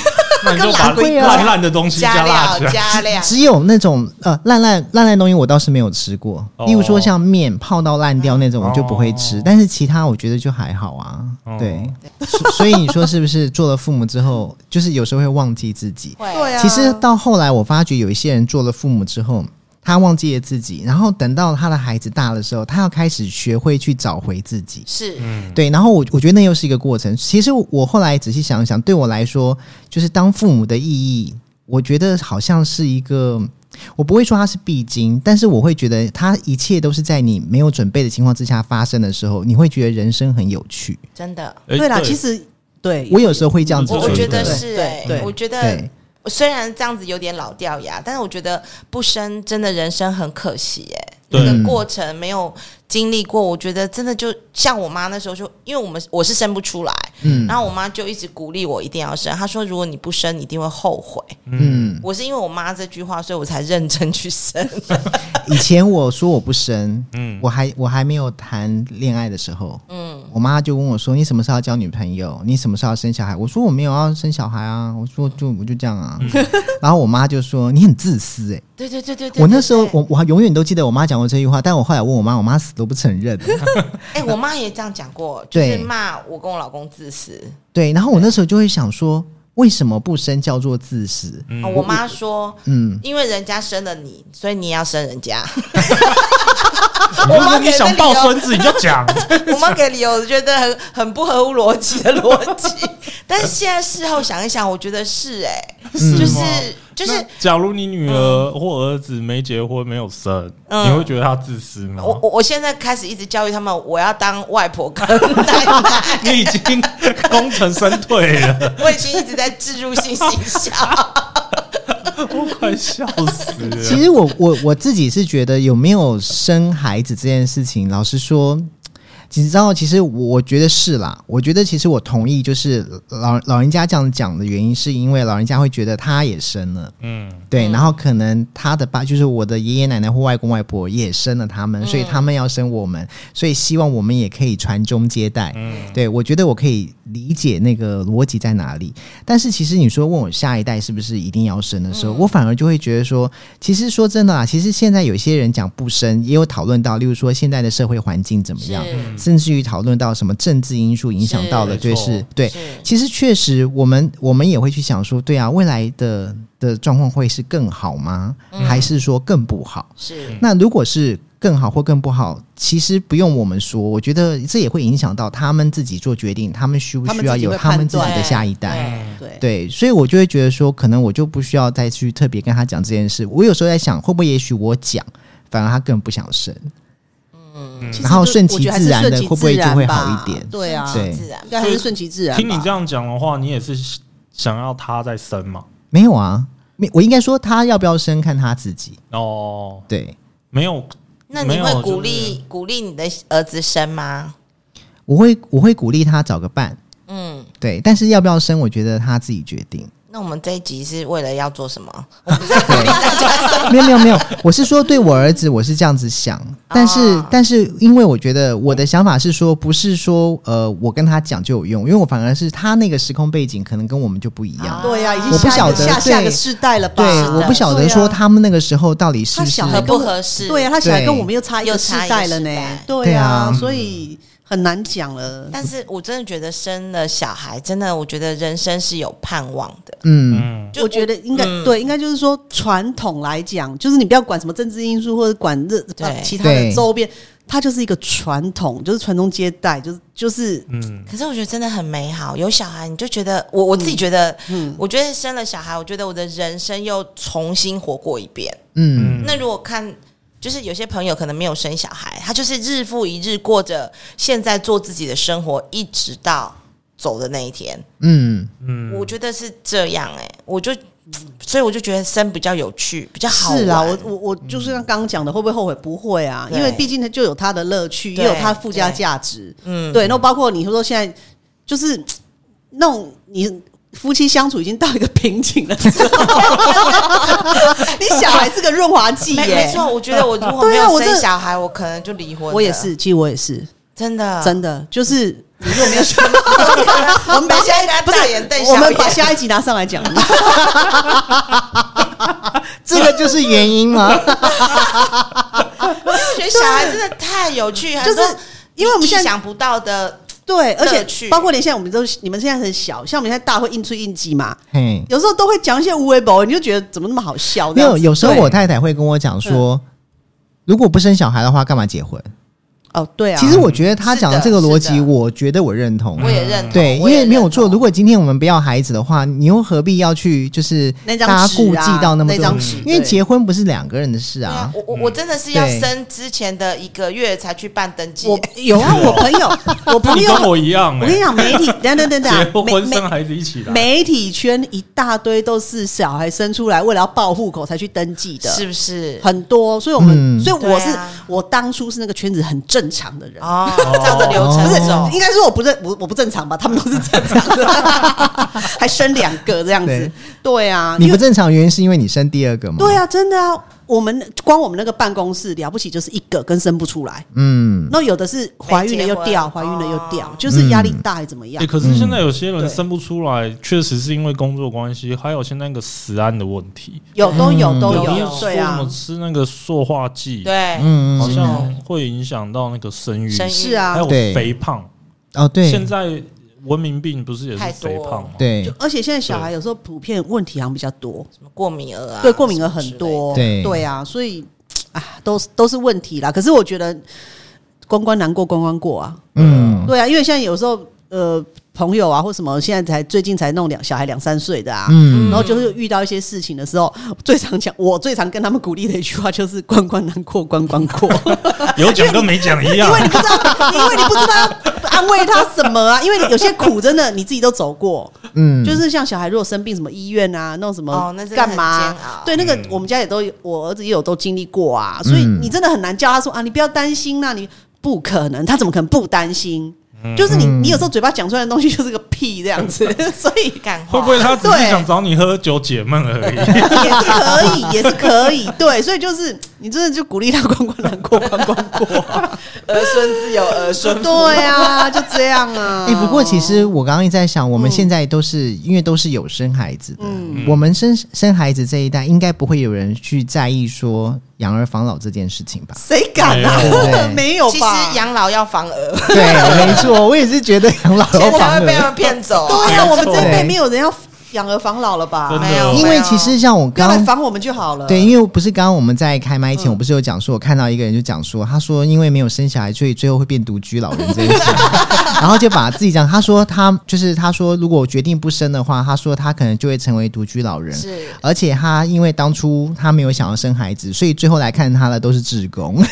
B: 那你就
A: 跟
B: 把
A: 懒龟一样
B: 烂烂的东西
D: 加
B: 辣
D: 料
B: 起来。
A: (laughs)
D: 加料，
A: 只有那种呃烂烂烂烂的东西，我倒是没有吃过。
B: 哦
A: 例如说像面泡到烂掉那种，我就不会吃。
B: 哦
A: 但是其他我觉得就还好啊。
B: 哦
A: 对，所所以你说是不是做了父母之后，就是有时候会忘记自己？
D: 会
C: (laughs) 对啊，
A: 其实到后来，我发觉有一些人做了父母之后，他忘记了自己，然后等到他的孩子大的时候，他要开始学会去找回自己。
D: 是
B: 嗯
A: 对，然后我我觉得那又是一个过程。其实我后来仔细想想，对我来说，就是当父母的意义，我觉得好像是一个，我不会说它是必经，但是我会觉得它一切都是在你没有准备的情况之下发生的时候，你会觉得人生很有趣。
D: 真的。
B: 哎
C: 对啦，其实对，
A: 我有时候会这样子
D: 我
B: 是
D: 我
B: 的
D: 觉得
A: 对
D: 是
C: 对
D: 哎、
C: 对
D: 我觉得
A: 对，
D: 虽然这样子有点老掉牙，但是我觉得不生真的人生很可惜哎、
B: 对
D: 那个过程没有经历过，我觉得真的就像我妈那时候就，因为我们我是生不出来，
A: 嗯
D: 然后我妈就一直鼓励我一定要生，她说如果你不生，你一定会后悔。
A: 嗯。
D: 我是因为我妈这句话，所以我才认真
A: (laughs)
D: 去生。
A: 以前我说我不生，
B: 嗯
A: 我还我还没有谈恋爱的时候，
D: 嗯，
A: 我妈就问我说：“你什么时候要交女朋友？你什么时候要生小孩？”我说：“我没有要生小孩啊。”我说就：“我就这样啊。 (laughs) 然后我妈就说：“你很自私哎、
D: 对对对对对，
A: 我那时候
D: 对对
A: 我我还永远都记得我妈讲过这句话，但我后来问我妈，我妈死都不承认。 (laughs)
D: 哎、我妈也这样讲过，就是
A: 对
D: 骂我跟我老公自私，
A: 对，然后我那时候就会想说，为什么不生叫做自私？
D: 哦我妈说，
A: 嗯，
D: 因为人家生了你，所以你也要生人家。
B: 你
D: 我
B: 就
D: 妈
B: 说
D: 给
B: 你
D: 的
B: 想抱
D: 理由
B: 孙子，你就
D: (laughs)
B: 讲。
D: 我妈给理由，我觉得很很不合乎逻辑的逻辑。但是现在事后想一想，我觉得是哎、
A: 嗯
D: 就是
B: 吗
D: 就是
B: 那假如你女儿或儿子没结婚没有生，
D: 嗯
B: 你会觉得她自私吗？
D: 我我我现在开始一直教育他们，我要当外婆跟奶奶。
B: (laughs) 你已经功成身退
D: (laughs)
B: 了，
D: 我已经一直在置入性行销，
B: 我快笑死了。
A: 其实我我我自己是觉得有没有生孩子这件事情，老实说，你知道，其实我觉得是啦。我觉得其实我同意，就是老老人家这样讲的原因，是因为老人家会觉得他也生了，
B: 嗯，
A: 对，
D: 嗯
A: 然后可能他的爸就是我的爷爷奶奶或外公外婆也生了他们，所以他们要生我们，所以希望我们也可以传宗接代。对我觉得我可以理解那个逻辑在哪里，但是其实你说问我下一代是不是一定要生的时候，我反而就会觉得说，其实说真的啦，其实现在有些人讲不生，也有讨论到，例如说现在的社会环境怎么样，甚至于讨论到什么政治因素影响
D: 是
A: 到了，对
B: 没错
A: 是，对，
D: 是
A: 其实确实，我们我们也会去想说，对啊，未来的的状况会是更好吗？还是说更不好？
D: 是
A: 那如果是更好或更不好，其实不用我们说，我觉得这也会影响到他们自己做决定，他们需不
C: 他
A: 需
C: 们
A: 要
C: 自己
A: 有
C: 会
A: 他们
C: 判
A: 自己
C: 断
A: 的下一代？
C: 对，
A: 对，所以我就会觉得说，可能我就不需要再去特别跟他讲这件事。我有时候在想，会不会也许我讲，反而他更不想生？
C: 其实
A: 然后
C: 就
A: 顺
C: 我
A: 其
C: 觉得还
A: 自
C: 是
A: 然
C: 顺
A: 的
C: 其
A: 会不会
C: 自
A: 就
C: 然
A: 会好
C: 吧
A: 一点
C: 对啊，
A: 对
D: 自然
C: 应该还是顺其自然吧。
B: 听你这样讲的话，你也是想要她再生嘛？
A: 没有啊，没，我应该说他要不要生，看他自己。
B: 哦，
A: 对，
B: 没有，
D: 那你
B: 没
D: 会
B: 有
D: 鼓励、鼓励你的儿子生吗？
A: 我会我会鼓励他找个伴，
D: 嗯，
A: 对，但是要不要生，我觉得他自己决定。
D: 那我们这一集是为了要做什么？
A: 对， (laughs) 没有没有没有，我是说对我儿子，我是这样子想，但是、
D: 哦
A: 但是因为我觉得我的想法是说，不是说呃我跟他讲就有用，因为我反而是他那个时空背景可能跟我们就不一样。
D: 啊
C: 对呀、已经
A: 我不
C: 下一
A: 晓
C: 个
A: 得
C: 下下
A: 对
C: 个世代了吧？
A: 对
D: 是，的
A: 我不晓得
C: 对啊
A: 说他们那个时候到底是
C: 他
A: 不是
C: 小孩
D: 合
C: 跟
D: 不
C: 我
D: 合适？
C: 对呀、啊他小孩跟我们又差一
D: 又
C: 个世
D: 差一个
C: 代了
D: 世
C: 呢
D: 代。
A: 对
C: 对
A: 啊
C: 啊，所以很难讲了。
D: 但是我真的觉得生了小孩，真的，我觉得人生是有盼望的。
A: 嗯
B: 嗯，
D: 就
C: 我觉得应该、
D: 嗯
C: 对，应该就是说传统来讲，就是你不要管什么政治因素或者管这
D: 对
C: 其他的
A: 对
C: 周边，它就是一个传统，就是传宗接代，就是就是
B: 嗯，
D: 可是我觉得真的很美好，有小孩你就觉得
C: 嗯
D: 我我自己觉得，我觉得生了小孩，我觉得我的人生又重新活过一遍。
A: 嗯
D: 那如果看，就是有些朋友可能没有生小孩，他就是日复一日过着现在做自己的生活，一直到走的那一天。
A: 嗯，
B: 嗯
D: 我觉得是这样哎、我就所以我就觉得生比较有趣，比较好玩。嗯
C: 是啦。我我我就是像刚刚讲的，会不会后悔？不会啊，
D: 对
C: 因为毕竟它就有它的乐趣，
D: 对
C: 也有它附加价值。
D: 嗯，
C: 对，那包括你说现在就是那种你。夫妻相处已经到一个瓶颈了， (laughs) 你小孩是个润滑剂
D: 没
C: 耶、
D: 没错，我觉得我如果没
C: 对啊
D: 有
C: 我真
D: 生
C: 的
D: 小孩，我可能就离婚了。
C: 我也是，其实我也是，
D: 真的
C: 真的就是
D: 嗯你又没有生， (laughs) 我们把现在不是眼瞪小
C: 我
D: 眼，
C: 们把下一集拿上来讲，
D: (laughs)
A: 这个就是原因吗？
D: 觉得小孩真的太有趣，很
C: 就是
D: 多
C: 因为我们
D: 意
C: 现在
D: 想不到的，
C: 对，而
D: 乐趣
C: 且包括连现在我们都你们现在很小，像我们现在大会应出应激嘛，
A: (laughs) 嘿，
C: 有时候都会讲一些无为博，你就觉得怎么那么好笑？
A: 没有，
C: 这样子
A: 有时候
C: 对
A: 我太太会跟我讲说，如果不生小孩的话，干嘛结婚？
C: 哦，对啊，
A: 其实我觉得他
D: 是
A: 讲
D: 的
A: 这个逻
D: 是
A: 辑，
D: 的
A: 我觉得我认同。啊
D: 我也认同。
C: 嗯哦
A: 对，因
D: 我也
A: 为没有
D: 认
A: 错。
D: 同
A: 如果今天我们不要孩子的话，你又何必要去就是
C: 那
A: 大
C: 张
A: 家
C: 纸
A: 顾
C: 啊
A: 忌到那么
C: 那
A: 多
C: 张纸？
A: 因为
C: 对
A: 结婚不是两个人的事
D: 对啊
A: 啊，。
D: 我我我真的是要
A: 对
D: 生之前的一个月才去办登记，
C: 我有啊，我朋友，我朋
B: 你
C: 友，
B: 跟我一样
C: 我跟你
B: 哎，
C: 讲，媒体等等等等
B: 结
C: 啊，
B: 婚
C: 媒
B: 生
C: 媒
B: 孩子一起来，
C: 媒体圈一大堆都是小孩生出来为了要报户口才去登记的，
D: 是不是？
C: 很多，所以我们，
A: 嗯
C: 所以我是
D: 对啊
C: 我当初是那个圈子很正常的人，
D: 哦，照着流
A: 不
C: 不
A: 是
C: 是
D: 程走
A: 哦，
C: 应该说我不正我我不正常吧？他们都是正常的，还生两个这样
A: 对
C: 子。对啊，
A: 你
C: 因
A: 不
C: 为
A: 正常原因是因为你生第二个吗？
C: 对，啊，真的啊。我们光我们那个办公室了不起就是一个跟生不出来，
A: 嗯，
C: 那有的是怀孕了又
D: 没结
C: 掉，
D: 婚
C: 怀孕了又掉
D: 哦，
C: 就是压力大还怎么样
B: 欸？可是现在有些人
C: 对
B: 生不出来，确实是因为工作关系，还有现在那个食安的问题，
C: 有都有都
B: 有人，
C: 有
B: 嗯说
C: 对
B: 什
C: 啊
B: 么，吃那个塑化剂，
D: 对，
A: 嗯
B: 好
A: 嗯
B: 像会影响到那个生育，
D: 生育
C: 是
B: 还
C: 啊
B: 有，
A: 对
B: 肥胖。
A: 哦对，
B: 现在文明病不是也是肥胖吗？
A: 对
C: 就而且现在小孩有时候普遍问题好像比较多，
D: 什么过敏儿啊，
C: 对过敏儿
D: 什么之
C: 很
D: 类的
C: 多，
A: 对
C: 啊，所以啊，都是都是问题啦。可是我觉得关关难过关关过啊，
A: 嗯，
C: 对啊，因为现在有时候呃朋友啊或什么，现在才最近才弄两小孩两三岁的啊，
A: 嗯，
C: 然后就是遇到一些事情的时候，最常讲我最常跟他们鼓励的一句话就是“关关难过关关
A: (laughs)
C: 过”，
B: 有讲跟没讲一
C: 因
B: 样。
C: 为你不知道，因为你不知道要安慰他什么啊，因为有些苦真的你自己都走过，
A: 嗯，
C: 就是像小孩如果生病什么医院啊，弄什
D: 哦
C: 么
D: 那真的
C: 干嘛
D: 很煎
C: 啊
D: 熬？
C: 对，那个我们家也都有，我儿子也有都经历过啊，所以
A: 嗯
C: 你真的很难叫他说啊，你不要担心啦，你不可能，他怎么可能不担心？就是你，你有时候嘴巴讲出来的东西就是个屁这样子，所以
D: 感
B: 会
D: 化
B: 不会他只是想找你喝酒解闷而已？
C: 也是可以，也是可以，对，所以就是你真的就鼓励他关关难过关关过，
D: 儿孙自有儿孙福？
C: 对啊，就这样啊。
A: 哎、不过其实我刚刚一直在想，我们现在都是、因为都是有生孩子的，
C: 嗯？
A: 我们生生孩子这一代，应该不会有人去在意说养儿防老这件事情吧
C: (laughs) 谁敢
A: 没有
C: 啊
A: 对？
C: 没有
D: 其实
C: 吧？
D: 养老要防
C: (laughs)
D: 儿，
A: (laughs) 对，没错，我也是觉得养老要
D: 钱
A: 防
D: 才会被
A: 儿，
D: 人骗走。
C: 对啊，我们这
A: 对
C: 辈没有人要养儿防老了吧？哎
B: 真的
D: 没有，
A: 因为其实像我
C: 不要来
A: 刚。
C: 烦我们就好了。
A: 对，因为不是刚刚我们在开麦前，我不是有讲说，我看到一个人就讲说，他说因为没有生小孩，所以最后会变独居老人这件事， (laughs) 然后就把自己讲，他说他就是他说如果我决定不生的话，他说他可能就会成为独居老人，
D: 是
A: 而且他因为当初他没有想要生孩子，所以最后来看他的都是志工， (laughs)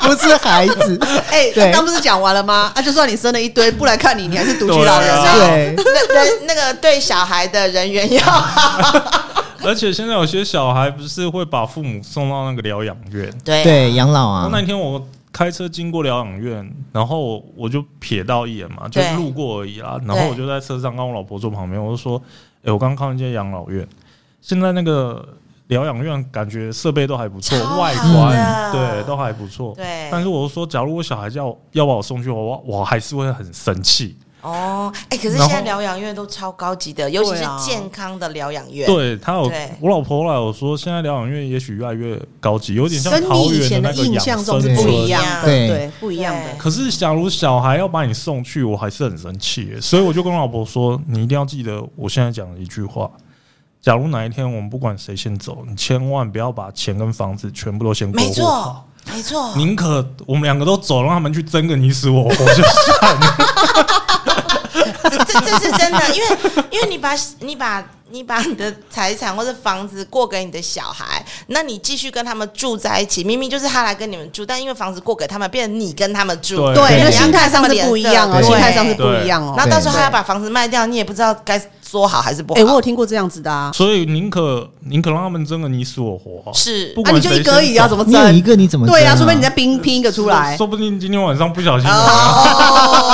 A: 不是孩子。
C: 哎，
A: 对
C: 刚不是讲完了吗？啊，就算你生了一堆，不来看你，你
B: (laughs)
C: 还 (laughs) 是独居老
B: 对啊
C: 人。
A: 对，
D: 那那那个对小孩的人员要
B: 而且现在有些小孩不是会把父母送到那个疗养院。
D: 对
A: 对，养老
B: 然
A: 啊，
B: 后那天我开车经过疗养院，然后我我就瞥到一眼嘛，就
D: 对
B: 路过而已啦。然后我就在车上跟我老婆坐旁边，我就说：“哎、我刚看到一间养老院，现在那个疗养院感觉设备都还不错
D: 超，好
B: 外观
D: 的
B: 对都还不错。
D: 对
B: 但是我就说，假如我小孩要要把我送去，我我还是会很生气。
D: 哦，哎，可是
B: 然后
D: 现在疗养院都超高级的，尤其
C: 对
D: 是
C: 啊
D: 健康的疗养院。
B: 对他有
D: 对，
B: 我老婆后来我说，现在疗养院也许越来越高级，有点像
C: 跟
B: 桃
C: 你以
B: 园
C: 前
B: 那
C: 的
B: 个
C: 印
B: 养
C: 象
B: 生
C: 中是不
B: 村
C: 一样的，
A: 对
C: 对，不一样的。
B: 可是，假如小孩要把你送去，我还是很生气耶，所以我就跟老婆说：“你一定要记得我现在讲的一句话。假如哪一天我们不管谁先走，你千万不要把钱跟房子全部都先过
D: 没
B: 户好
D: 错，，没错，
B: 宁可我们两个都走，让他们去争个你死我活就算了。
D: 这这这是真的，因为因为你把你把你把你的财产或者房子过给你的小孩，那你继续跟他们住在一起，明明就是他来跟你们住，但因为房子过给他们，变成你跟他们住，
B: 对
C: 对，那
D: 你要
C: 心态
D: 看他
C: 上
D: 们
C: 是不一样哦，
D: 脸色
C: 心态上是不
B: 对
C: 一样哦
D: 然。后到时候
A: 对
D: 他要把房子卖掉，你也不知道该说好还是不好。
C: 哎，我有听过这样子的啊，
B: 所以宁可宁可让他们争个你死我活啊。
D: 是
B: 不
C: 啊，
B: 管
C: 你就
B: 谁
C: 一个而
B: 先
C: 已啊，
B: 走
C: 怎么
A: 你有一
C: 争？
A: 个你怎么、
C: 对啊，说不定你再拼拼一个出
B: (laughs)
C: 来。
B: 说不定今天晚上不小心。啊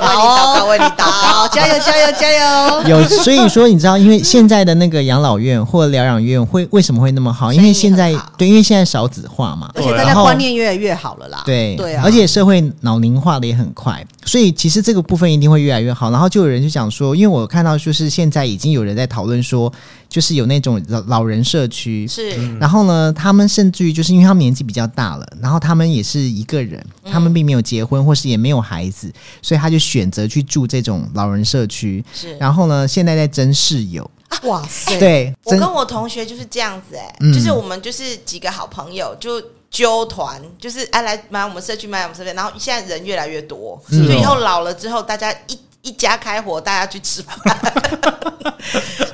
D: 哦，为你祷告，为你祷告，
C: 好，加油加油加油！ (laughs)
A: 有，所以说你知道，因为现在的那个养老院或疗养院会为什么会那么好？因为现在
D: 生意很好
A: 对，因为现在少子化嘛，
C: 而且
B: 对
C: 大
A: 然
C: 家
A: 后
C: 观念越来越好了啦。
A: 对
C: 对啊，
A: 而且社会老龄化的也很快，所以其实这个部分一定会越来越好。然后就有人就讲说，因为我看到就是现在已经有人在讨论说，就是有那种老老人社区，
D: 是
A: 然后呢，他们甚至于就是因为他们年纪比较大了，然后他们也是一个人，
C: 嗯
A: 他们并没有结婚，或是也没有孩子，所以他就选择去住这种老人社区。
D: 是。
A: 然后呢，现在在争室友，
C: 哇塞，
A: 对，
D: 我
A: 争
D: 跟我同学就是这样子、哎、
A: 嗯
D: 就是我们就是几个好朋友就。揪团就是哎来买我们社区买我们社区，然后现在人越来越多，
A: 嗯
D: 就以后老了之后，大家一一家开火，大家去吃
C: (laughs)
D: 饭，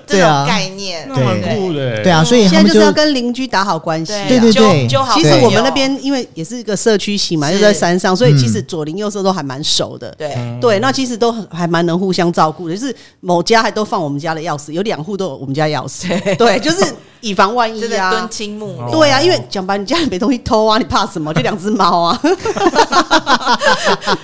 D: 这
A: 对啊
D: 种概念，
B: 那蛮酷的欸。
A: 对啊，所以
C: 嗯现
A: 他
C: 在
A: 们
C: 就是要跟邻居打好关系啊。
D: 对
A: 对对对
D: 揪揪好
C: 其
D: 朋友。
C: 实我们那边因为也是一个社区型嘛，
D: 是
C: 又在山上，所以其实
A: 嗯
C: 左邻右舍都还蛮熟的。
D: 对
C: 对，那其实都很还蛮能互相照顾的，就是某家还都放我们家的钥匙，有两户都有我们家钥匙。
D: (laughs)
C: 对，就是以防万
D: 真
C: 一
D: 的
C: 啊
D: 敦。亲睦
B: 哦
D: 邻，
C: 对啊，因为讲白，你家里没东西偷啊，你怕什么？就两只猫
D: (laughs)
C: 啊，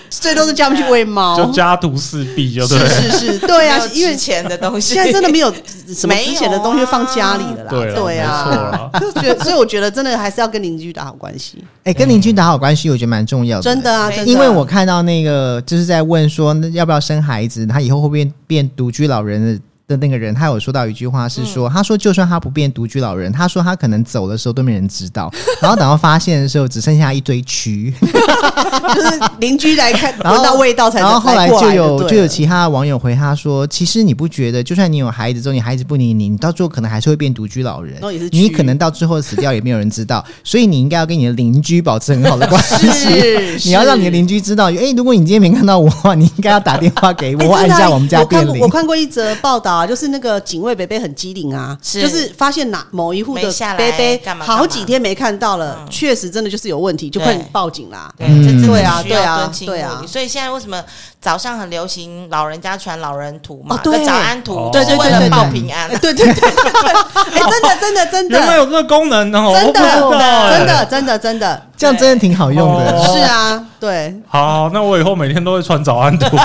C: 最多是叫他们去喂猫。
B: 就家徒四壁，就对了。
C: 是是是，对啊，因为
D: 钱的东西，
C: 现在真的没有什么
D: 啊
C: 值钱的东西放家里了啦。
B: 对啦
C: 对
B: 没错
C: 啊，
B: 啦。
C: (laughs) 就觉得所以我觉得真的还是要跟邻居打好关系，
A: 哎、跟邻居打好关系，我觉得蛮重要的。
C: 真的啊，真的。
A: 因为我看到那个就是在问说那要不要生孩子，他以后会不会变独居老人的的那个人，他有说到一句话是
C: 嗯
A: 说，他说就算他不变独居老人，他说他可能走的时候都没人知道，然后等到发现的时候只剩下一堆蛆，
C: 就是邻居来看
A: (laughs) 然后
C: 闻到味道才
A: 然后后来就有就有
C: 情
A: 其他网友回他说，其实你不觉得，就算你有孩子之后，你孩子不理你，你到最后可能还是会变独居老人
C: 那也是，
A: 你
C: 蛆
A: 可能到最后死掉也没有人知道，所以你应该要跟你的邻居保持很好的关系。
C: (laughs) 是
A: (laughs) 你要让你的邻居知道，哎、如果你今天没看到我，你应该要打电话给
C: 哎
A: 我，按
C: (laughs) 真的啊
A: 下我们家
C: 我
A: 电
C: 看过
A: 铃
C: 我。看过一则报道、啊，就是那个警卫北北很机灵啊，
D: 是
C: 就是发现哪某一户的
D: 没下来
C: 北北
D: 干嘛干嘛
C: 好几天没看到了，确实真的就是有问题，就快点报警
D: (laughs)
C: 啦。
D: 对，
A: 嗯
D: 这真
A: 对
D: 的
C: 啊
D: 需要
C: 对啊
D: 敦亲睦
C: 对啊
D: 邻。所以现在为什么早上很流行老人家传老人图嘛
C: 哦？对
D: 就早安图，
B: 对对
D: 是为
C: 对
D: 了
C: 对
D: 报
A: 对
D: 平安
C: 哎。 (laughs) 对对对对
A: (laughs)
C: 对，哎、真的真的真
B: 原来
C: 的
B: 有这个功能哦，我
C: 真
B: 不知道
C: 的
B: 哎
C: 真的真的真的
A: (laughs) 这样真的挺好用的。
B: 哦
C: 是啊，对，
B: 好，那我以后每天都会穿早安图，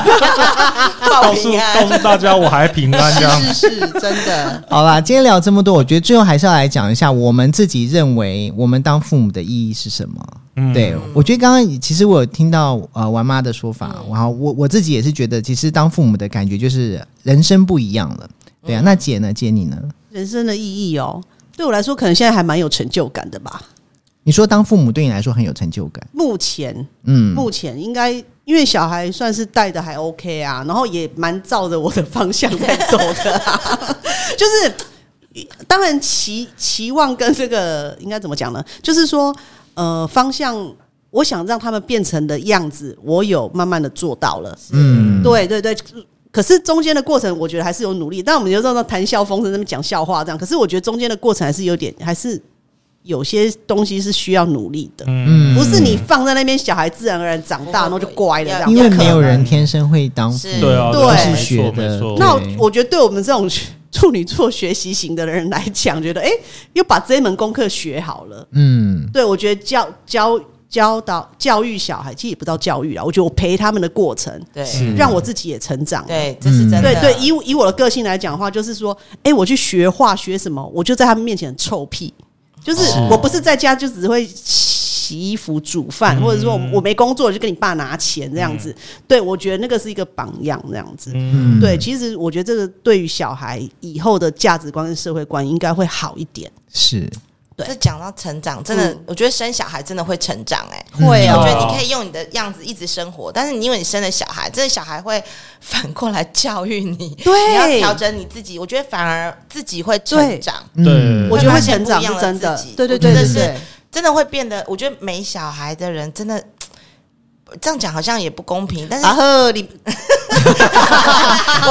B: 告
D: (laughs) 报
B: 诉告
D: 平安。
B: 诉大家我还平安这样。
C: 是是是真的。
A: 好啦，今天聊这么多，我觉得最后还是要来讲一下我们自己认为我们当父母的意义是什么。
B: 嗯
A: 对，我觉得刚刚其实我有听到呃玩妈的说法，
C: 嗯
A: 然后我我自己也是觉得，其实当父母的感觉就是人生不一样了。
C: 嗯
A: 对啊，那姐呢？姐你呢？
C: 人生的意义哦，对我来说，可能现在还蛮有成就感的吧。
A: 你说当父母对你来说很有成就感，
C: 目前，
A: 嗯，
C: 目前应该因为小孩算是带的还 OK 啊，然后也蛮照着我的方向在走的、啊， (laughs) 就是当然期期望跟这个应该怎么讲呢？就是说，呃，方向我想让他们变成的样子，我有慢慢的做到了。
A: 嗯，
C: 对对对。可是中间的过程，我觉得还是有努力。但我们就让他谈笑风生，那么讲笑话这样。可是我觉得中间的过程还是有点，还是有些东西是需要努力的，
B: 嗯，
C: 不是你放在那边，小孩自然而然长大，然后就乖了这样。
A: 嗯因为没有
D: 可
A: 人
D: 能
A: 天生会当父母，
D: 是
B: 对啊，
C: 对
A: 都
B: 啊
A: 是
B: 没错
A: 学
B: 没
A: 的
B: 错。。
C: 那我
A: 对
C: 我觉得对我们这种处女座学习型的人来讲，觉得哎、诶又把这一门功课学好了。
A: 嗯，
C: 对我觉得教教教导教育小孩，其实也不到教育啊，我觉得我陪他们的过程，
D: 对
B: 是
C: 让我自己也成长。
D: 对，这是真的。
C: 对对，以我以我的个性来讲的话，就是说，哎、我去学画学什么，我就在他们面前很臭屁，就是
B: 哦
C: 我不是在家就只会洗衣服、煮饭，或者说我
B: 嗯
C: 我没工作就跟你爸拿钱这样子。对我觉得那个是一个榜样，这样子。
B: 嗯
C: 对，其实我觉得这个对于小孩以后的价值观跟社会观应该会好一点。
A: 是
D: 这讲到成长，真
C: 嗯
D: 的，我觉得生小孩真的会成长、哎、
A: 会
B: 哦
D: 我觉得你可以用你的样子一直生活，但是你因为你生了小孩，真的小孩会反过来教育你，
C: 对
D: 你要调整你自己。我觉得反而自己会成长，
A: 嗯
B: 对
C: 我觉得会
D: 发现
C: 成长
D: 不一
C: 是
D: 样的
C: 真的
D: 自己，
C: 对对
D: 我觉
C: 对
D: 得
C: 对
A: 是
C: 对，
D: 真的会变得。我觉得没小孩的人真的。这样讲好像也不公平，
C: (laughs)
D: 但是 (laughs)
C: 然后你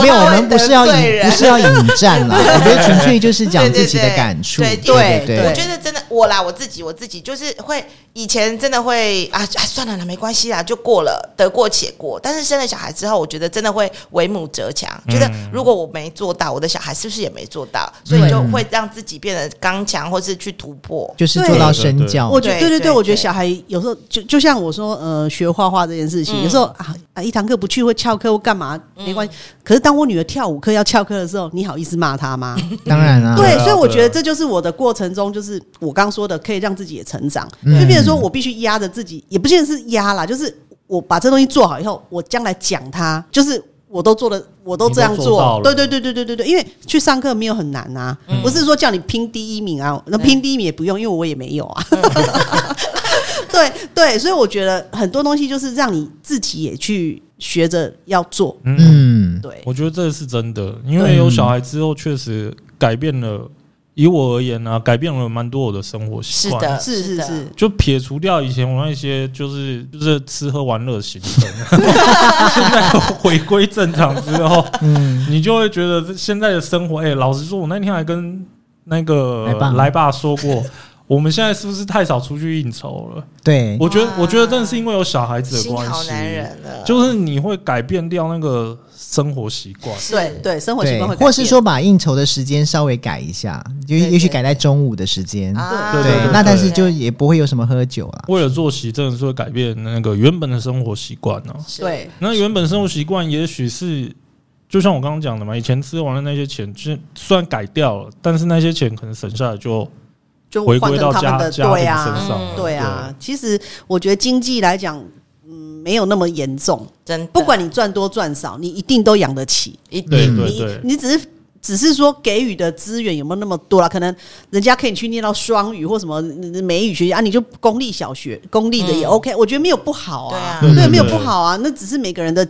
A: 没有，我们
D: 得
A: 不是要
D: 罪
A: 引
D: 人
A: 不是要引战
C: (laughs)
A: 啦，我觉得纯粹就是讲自己的感触，
D: 对
A: 对
C: 对
A: 对
D: 我觉得真的我啦，我自己我自己就是会以前真的会啊啊算了啦，没关系啦，就过了，得过且过。但是生了小孩之后，我觉得真的会为母则强，
A: 嗯
D: 觉得如果我没做到，我的小孩是不是也没做到？所以就会让自己变得刚强，或是去突破。
A: 嗯就是做到身教，
C: 我觉得对
D: 对
C: 对对，
D: 对
C: 我觉得
D: 对
C: 小孩有时候就就像我说，呃，学画画这件事情，有时候
D: 嗯
C: 啊啊，一堂课不去会翘课或干嘛，没关系。可是当我女儿跳舞课要翘课的时候，你好意思骂她吗？
A: 当然啊，
C: 对
B: 对，啊
C: 所以我
B: 对啊
C: 觉得这就是我的过程中，就是我刚说的，可以让自己也成长，
A: 嗯
C: 就变成说我必须压着自己，也不见得是压啦，就是我把这东西做好以后，我将来讲它，就是。我都做了，我都这样
B: 你都做到了
C: 做，
B: 嗯
C: 对对对对对对对，因为去上课没有很难啊，不是说叫你拼第一名啊，那拼第一名也不用，因为我也没有啊，
B: (laughs)
C: (laughs) 对对，所以我觉得很多东西就是让你自己也去学着要做，
B: 嗯，
A: 嗯，
C: 对，
B: 我觉得这是真的，因为有小孩之后，确实改变了。以我而言呢、啊，改变了蛮多我的生活习
D: 是
B: 惯。
D: 的，
C: 是是
D: 的
C: 是，
B: 就撇除掉以前我那些就是就是吃喝玩乐的行程，现在回归正常之后，你就会觉得现在的生活，哎、老实说，我那天还跟那个
A: 来爸
B: 来爸说过，我们现在是不是太少出去应酬了？
A: 对，
B: 我觉得
D: 哇，
B: 我觉得真的是因为有小孩子的
D: 心
B: 关
D: 好
B: 系，
D: 男人了，
B: 就是你会改变掉那个生活习惯。
D: 是
C: 对对，生活习
A: 对
C: 惯会，改
A: 或是
C: 变
A: 说把应酬的时间稍微改一下，就
D: 对对
A: 也许改在中午的时间，
D: 啊
B: 对
A: 对，那但是就也不会有什么喝酒了。
B: 为了作息，真的是会改变那个原本的生活习惯啊呢。
C: 对，
B: 那原本生活习惯也许是，就像我刚刚讲的嘛，以前吃完的那些钱，就虽然改掉了，但是那些钱可能省下来就
C: 就
B: 回
C: 换
B: 归
C: 成
B: 到
C: 他
B: 家
C: 们的
B: 家庭
C: 对
B: 身
C: 啊，
D: 嗯
B: 上了。
C: 对啊，，其实我觉得经济来讲，嗯，没有那么严重。
D: 真的
C: 不管你赚多赚少，你一定都养得起。
D: 一
B: 对
D: 定
B: 对
C: 你
B: 对
C: 你只是只是说给予的资源有没有那么多啦？可能人家可以去念到双语或什么嗯美语学校啊，你就公立小学、公立的也
D: 嗯
C: OK，、我觉得没有不好啊，
D: 对
B: 啊
C: 没有不好啊，那只是每个人的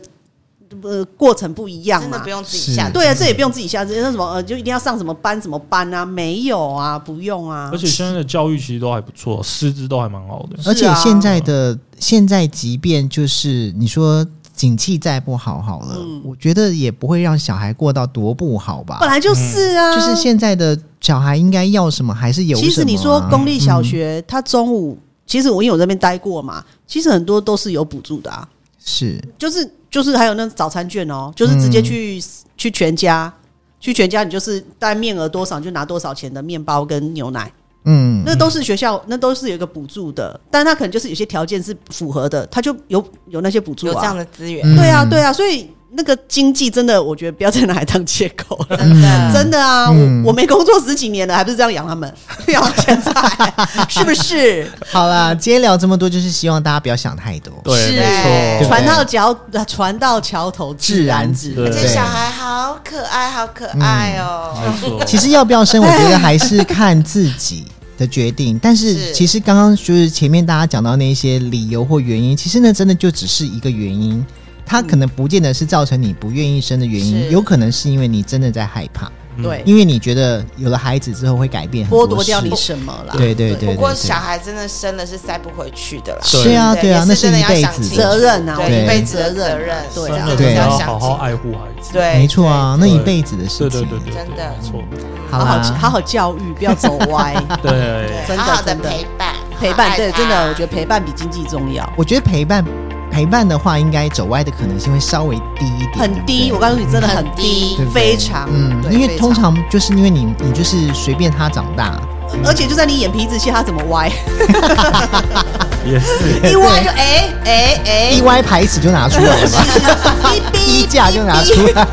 C: 呃过程不一样
D: 真的
C: 嘛
D: 不。用自己下
A: 是。
C: 对啊，这也不用自己下，这那什么呃，就一定要上什么班什么班啊？没有啊，不用啊
B: 而。且现在的教育其实都还不错，师资都还蛮好的。
A: 而
C: 是
A: 且
C: 啊
A: 现在的现在，即便就是你说景气再不好好了，
C: 嗯
A: 我觉得也不会让小孩过到多不好吧嗯
C: 本。来就是啊，
A: 就是现在的小孩应该要什么还是有什么啊、嗯
C: 其实你说公立小学，他中午其实我因为我这边待过嘛，其实很多都是有补助的啊，
A: 嗯是
C: 就是就是还有那早餐券哦，就是直接
A: 嗯
C: 去、去全家。去全家，你就是大概面额多少你就拿多少钱的面包跟牛奶，
A: 嗯，
C: 那都是学校，那都是有一个补助的，但他可能就是有些条件是符合的，他就有有那些补助
D: 有这样
C: 啊。
D: 的资源，
A: 嗯
C: 对啊，对啊，所以那个经济真的，我觉得不要再拿来当借口了。
D: 真的
C: 真的啊，
A: 嗯
C: 我我没工作十几年了，还不是这样养他们， (laughs) 养到现在， (laughs) 是不是？
A: 好啦，今天聊这么多，就是希望大家不要想太多。
B: 对，
D: 是
B: 没
A: 哦
D: 欸
B: 错。
C: 船到桥，船到桥头自然直。
B: 对
D: 而且小孩好可爱，好可爱哦。
A: 嗯
B: 没错
A: (laughs) 其实要不要生，我觉得还是看自己的决定。但是
D: 是
A: 其实刚刚就是前面大家讲到那些理由或原因，其实那真的就只是一个原因，它可能不见得是造成你不愿意生的原因，
D: 是
A: 有可能是因为你真的在害怕，
B: 嗯
C: 对，
A: 因为你觉得有了孩子之后会改变很多
C: 剥
A: 事，
C: 夺掉你什么啦？
A: 对对对
D: 不过
A: 对对
D: 小孩真的生了是塞不回去的啦，
A: 是啊
D: 对
A: 对啊，那
D: 也是
A: 是
D: 真的
A: 一
D: 要
A: 辈
D: 想
A: 子
D: 清
A: 的
D: 楚
C: 责任啊，
D: 对
C: 我觉得
A: 一辈
D: 子的责任
C: 对
B: 真
C: 啊
B: 的
A: 对
B: 是
A: 啊
B: 要
D: 要
B: 好
D: 想
B: 好
D: 清
B: 爱护孩子。
D: 对，
A: 没错啊，那
B: 对
A: 一辈子的
B: 对
A: 事
B: 对
A: 情
B: 对。对，
D: 真的
B: 没错。
A: 好
C: 好好
A: 啦，
C: 好好教育，不要走歪。
B: 对
D: 对，
C: 真的
D: 好好的
C: 真的
D: 陪伴，
C: 陪伴，
D: 好
C: 对，
D: 爱他
C: 真的，我觉得陪伴比经济重要，
A: 我觉得陪伴陪伴的话，应该走歪的可能性会稍微低一点，
C: 很
A: 对不
C: 低。
A: 对
C: 我告诉你，真的很低
A: 对，不对
C: 非常。
A: 嗯，
C: 对
A: 因为
C: 非
A: 通常就是因为你，你就是随便他长大，
C: 而且就在你眼皮子下，他怎么
A: (laughs)
C: 歪？
B: 也是。
C: 一歪就哎哎哎，
A: 一歪，E 牌子就拿出来了
C: (laughs)
A: 嘛，
C: 哔
A: (laughs)
C: 哔
A: 衣架就拿出来。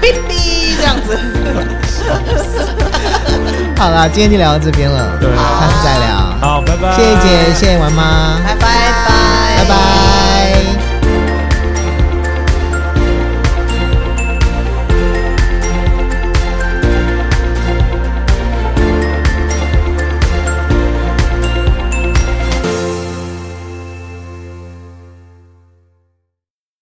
C: 哔哔这样子。
A: (laughs) 好啦，今天就聊到这边了，
B: 对
A: 下次再聊。
B: 好，拜拜。
A: 谢谢姐，谢谢玩妈，
D: 拜拜
A: 拜拜